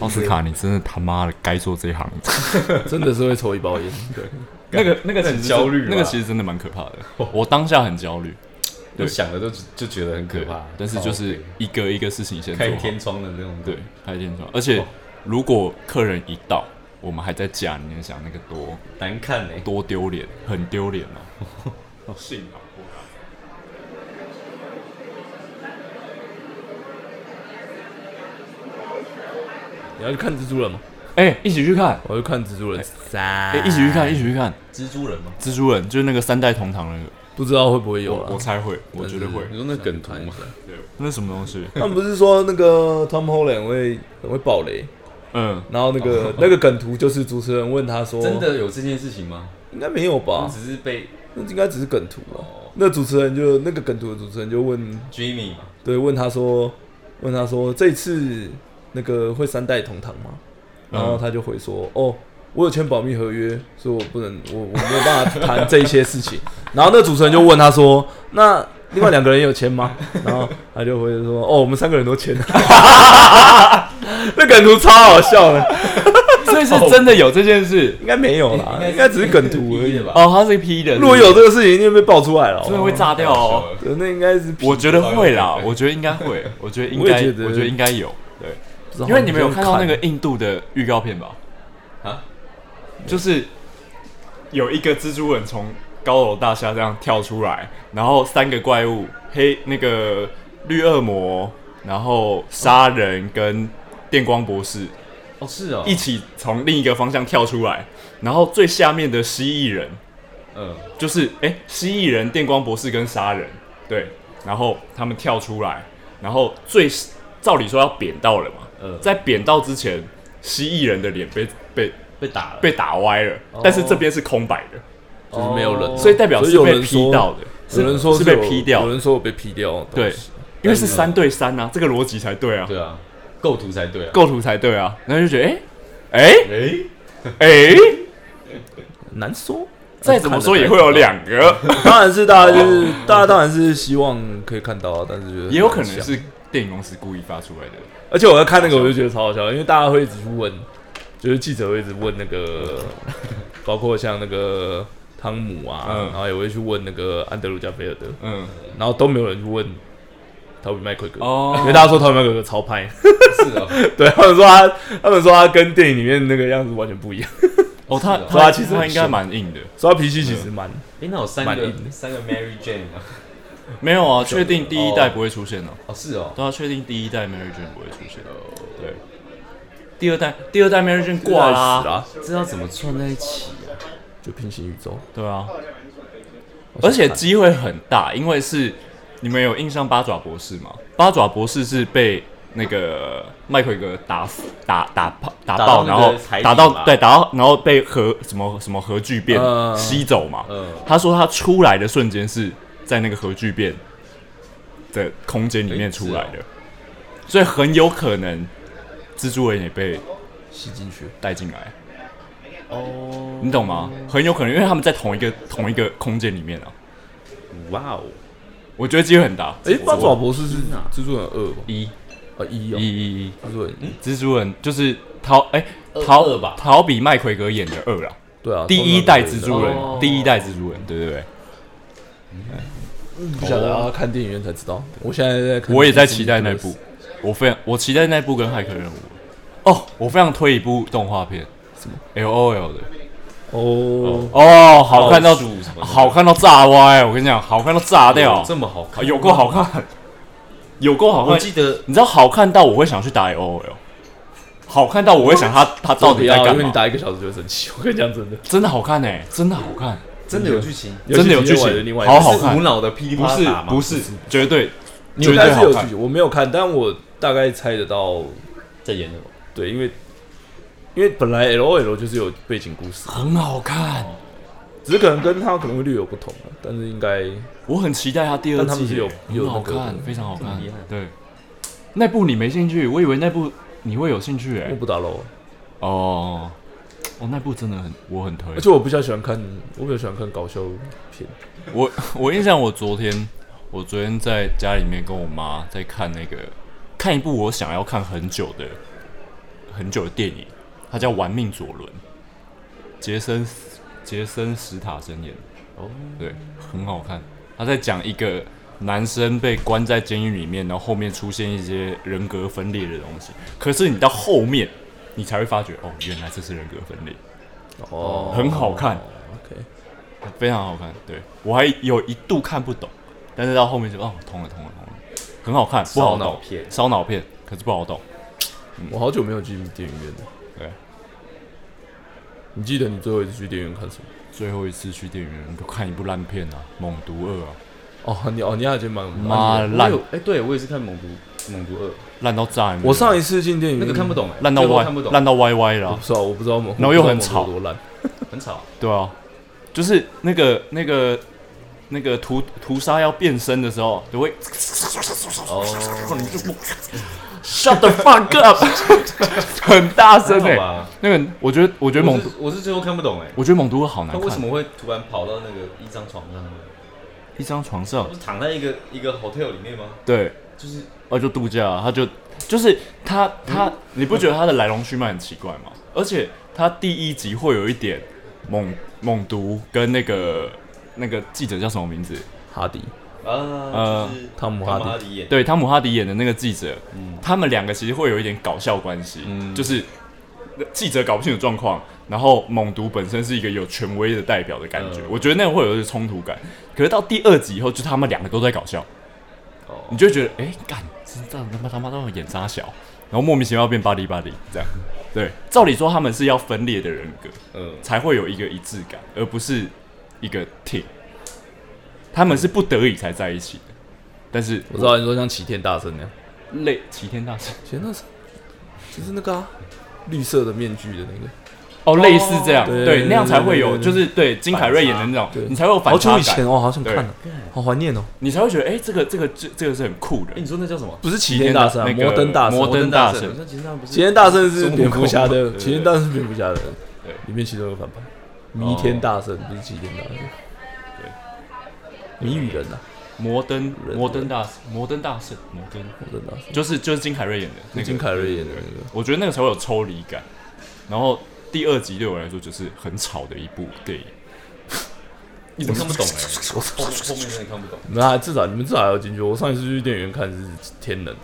奥斯卡，你真的他妈的该做这一行。
真的是会抽一包烟，对，
那个那个其实
很
是
焦虑吧
那个其实真的蛮可怕的。我当下很焦虑，
就想了就就觉得很可怕，
但是就是一个一个事情先做
开
好。
天窗的那种，
对，，开天窗。而且
哦
如果客人一到，我们还在家，你能想那个多
难看欸嘞。
多丢脸，很丢脸哦。
啊
幸好
你要去看蜘蛛人吗？
哎、一起去看，
我要去看蜘蛛人三，
哎、一起去看，一起去看
蜘蛛人吗？
蜘蛛人，就是那个三代同堂那个。
不知道会不会有
我
了
我。猜会，我觉得会。
你说那梗图 <laughs> 吗？
那是什么东西？
他们不是说那个 Tom Holland 会很会爆雷，
嗯，
然后那个、那个梗图就是主持人问他说，
真的有这件事情吗？
应该没有吧
他？只是被
那应该只是梗图哦。
哦，
那主持人就那个梗图的主持人就问，
Jimmy 嘛，
对，问他说，问他说这次那个会三代同堂吗？
嗯
然后他就回说，哦，我有签保密合约，所以我不能，我我没有办法谈这一些事情。然后那主持人就问他说，那另外两个人有签吗？然后他就回说，哦，我们三个人都签了。 <laughs> 那梗图超好笑的，
所以是真的有这件
哦
事
应该没有啦，应该只是梗图而已吧。
哦，他是 P 的，
如果有这个事情，一定被爆出来了、
真的会炸掉哦。
对那应该是 P
我觉得会啦，我觉得应该会，我觉得应
我
该，
也觉
我
得
觉得应该有，对，
不知道
因为你们有
好
看
像
到那个印度的预告片吧？
啊，
就是有一个蜘蛛人从高楼大厦这样跳出来，然后三个怪物，黑那个绿恶魔，然后杀人跟电光博士
哦是哦，
一起从另一个方向跳出来，然后最下面的蜥蜴人
嗯，
就是哎、诶蜥蜴人、电光博士跟杀人，对，然后他们跳出来，然后最照理说要扁到了嘛，
嗯
在扁到之前，蜥蜴人的脸被被
被打了，
被打歪了，但是这边是空白的，
就是没有
哦
人，
所以代表
哦所以
是
有
被
人
劈
说
到的，是
有人说
是
有
被劈掉
有，人说嗯我被劈掉，
对，因为是三对三啊，这个逻辑才对啊，
对啊，构图才对啊，
构图才对啊，然后就觉得哎哎哎，
难说。
再怎么说也会有两个，
当然是大家就是大家当然是希望可以看到啊，但是觉得
哦也有可能
很像。
是电影公司故意发出来的。
而且我在看那个，我就觉得超好笑，因为大家会一直去问，就是记者会一直问
<laughs>
那个，包括像那个汤姆啊，
嗯
然后也会去问那个安德鲁加菲尔德，
嗯，
然后都没有人去问陶比麦奎格，
哦
因为大家说陶比麦奎格超拍， <laughs>
是哦，
对他们说他他们说他跟电影里面那个样子完全不一样，
哦，他
是哦
所以
他
他其实
他
很
应该
凶
蛮硬的，
所以他脾气其实
嗯
蛮。
哎，那有三
蛮硬
个三个 Mary Jane 啊，
没有啊，确定第一代不会出现哦、
哦是哦，
对啊，确定第一代 Mary Jane 不会出现。对，第二代哦第二代 Mary Jane 挂啦、
死啊，
这要怎么串在一起啊？
就平行宇宙。
对啊，
哦
而且机会很大，因为是你们有印象八爪博士吗？八爪博士是被那个麦奎格打死、打打爆、打
打到
爆，
那
然
个
后
海底
打到
嘛
对打到，然后被核什么什么核聚变
嗯
吸走嘛。
嗯
他说他出来的瞬间是在那个核聚变的空间里面出来
哎哦
的，所以很有可能蜘蛛人也被
吸进去，
带进来。哦，你懂吗？很有可能，因为他们在同一个同一个空间里面啊。
哇哦，
我觉得机会很大。
哎、八爪
我啊
博士是蜘蛛人二吧？
一
啊一
一
哦，
一一，
蜘蛛人一，
蜘蛛人就是逃哎逃
二吧
逃比麦奎格演的二啊，
对啊，
第一代蜘蛛
哦
人，第一代蜘蛛人，对对对，
嗯不晓得啊，看电影院才知道。我现在在看，
我也在期待那部，我非常我期待那部跟骇客任务。哦，我非常推一部动画片，
什么
L O L 的
哦，
哦，好看到
奥数什么的
好看到炸歪，我跟你讲，好看到炸掉，
这么好看，
有够好看，有够好
我
看，
记得
你知道好看到我会想去打 L O L，好看到我会想他他到
不
底在
要，
干
因为你
嘛？
打一个小时就会生气。 <laughs> 我跟你讲真的，
真的好看哎、真的好看，
真的有剧情，
真的有剧
尤其是另
情，
外一
好
个
好
是无
看，
脑的噼里
不
啪啦
是
打吗？
不是，绝对
你应
绝
该
对
是
好
有
看
剧，情，我没有看，但我大概猜得到。
在演什么？
对，因为因为本来 L O L 就是有背景故事，
很好看。
只是可能跟它可能会略有不同啊，但是应该
我很期待他第二
但他们
季
是
耶，
有有
很好
那个
看，非常好看
厉害。
对，那部你没兴趣，我以为那部你会有兴趣哎、
我不打啊 l
哦，哦，那部真的很，我很推
而。且我比较喜欢看，我比较喜欢看搞笑片。
我我印象，我昨天我昨天在家里面跟我妈在看那个看一部我想要看很久的很久的电影，它叫《玩命左轮》，杰森斯杰森史塔森演的。
哦，
对，很好看。他在讲一个男生被关在监狱里面，然后后面出现一些人格分裂的东西。可是你到后面，你才会发觉，哦，原来这是人格分裂，
哦
很好看，
，OK，
非常好看。对我还有一度看不懂，但是到后面就哦，通了，通了，通了，很好看，不好
烧脑
懂，
片
烧脑片，可是不好懂。
我好久没有进电影院了。
对，
你记得你最后一次去电影院看什么？
最后一次去电影院就看一部烂片啊，《猛毒二》啊，
哦，你哦，你那已经蛮
妈
蛮
烂
我有哎，对我也是看《猛毒猛毒二》，
烂到炸！
我上一次进电影
那
院
个看不，懂哎，
烂到
最后
歪
看不，懂，
烂到歪歪了
我
啊
不。知道，我不知道猛，
欸然后又很
我不知道
吵
猛多多烂。
很吵，
对啊，就是那个那个那个屠屠杀要变身的时候，都会
哦，
你就 shut the fuck up，很大声
还
哎、
好吧
那个我觉得我觉得
我
猛
是，我是最后看不懂哎，
我觉得猛毒哥好难
他
看。
为什么会突然跑到那个一张床上呢？
一张床上
不？是躺在一个一个 hotel 里面吗？
对，
就是
哦，就度假啊，他就就是他他，你不觉得他的来龙去脉很奇怪吗？而且他第一集会有一点猛猛毒跟那个那个记者叫什么名字？
哈迪，
啊，
呃
就是
汤姆哈
哈
迪
迪演，
对，汤姆哈迪演的那个记者，
嗯
他们两个其实会有一点搞笑关系，就是记者搞不清楚状况，然后猛毒本身是一个有权威的代表的感觉，
嗯
我觉得那个会有一些冲突感。可是到第二集以后，就他们两个都在搞笑，
哦
你就会觉得，哎、干，真的他妈他妈他妈演渣小，然后莫名其妙变巴黎巴黎这样。对，照理说他们是要分裂的人格，
嗯，
才会有一个一致感，而不是一个 team。他们是不得已才在一起的，但是
我知道你说像齐天大圣那样，
类齐天大圣
齐天大圣就是那个、啊、绿色的面具的那个，
哦，类似这样，
对
对，那样才会有，
对对
就
对
是对金凯瑞演的那种
对，
你才会有反
好久
差
以前
感，
哦，好想看
对
哦，好怀念哦。
你才会觉得，哎，这个这个这这个是很酷的
哎，，你说那叫什么？
不是齐
齐
天大圣啊，
那个
摩登大圣。
摩登大
圣，
圣，
那其实他不是
齐天大圣是
孙悟空
蝙蝠侠的，
对
齐天大圣是蝙蝠侠的，
对
里面其中一个反派，弥天大圣不是齐天大圣，对，谜语人啊，
摩登
人
摩登大摩登大圣，摩登
摩登大圣，
就是就是金凯瑞演的那
就
个
金凯瑞演的
对
那个，
我觉得那个才会有抽离感。然后第二集对我来说就是很吵的一部电影，
一直看不懂哎，后
<laughs>
后面真的看不懂。
那至少你们至少还有进去。我上一次去电影院看是天能，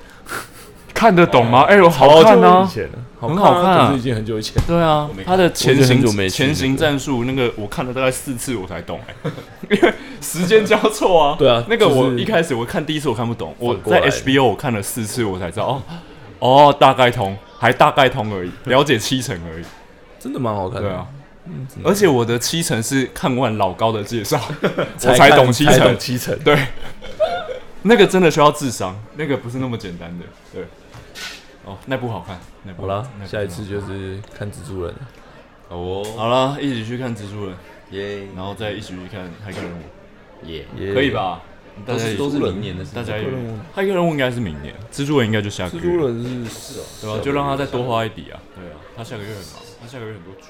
看得懂吗？哎呦，好
好
看
久以
啊！
前了，
很好看啊
可是已经很久以前。
对啊
没，看
他的
我
前
已经很
行
久没去
前行
那个
战术那个，我看了大概四次我才懂、欸， <laughs> 因为时间交错啊。
对啊
那个
就是
我一开始我看第一次我看不懂，我
反过
在
来
HBO 我看了四次我才知道哦哦，大概通，还大概通
<laughs>
而已，了解七成而已。
真的蛮好嗯看的。
对啊，而且我的七成是看完老高的
<laughs>
介绍，我
看
懂七
才
成
懂。七成。
对，那个真的需要智商，那个不是那么简单的。对，哦，那部好看，那部
好啦，
那部
下
真
一
的
次就是看蜘蛛人。
哦，
好啦，一起去看蜘蛛人。
耶
然后再一起去看《骇客任务
耶，》，
可以？吧？大
都
家
是
也
都是明年的事情，
大家也
骇客任务
《骇客任务》应该是明年，蜘蛛人应该就下个
蜘
月，
蛛人是哦
对吧、就让他再多花一笔啊。对啊，他下个月很忙，他下个月很多剧。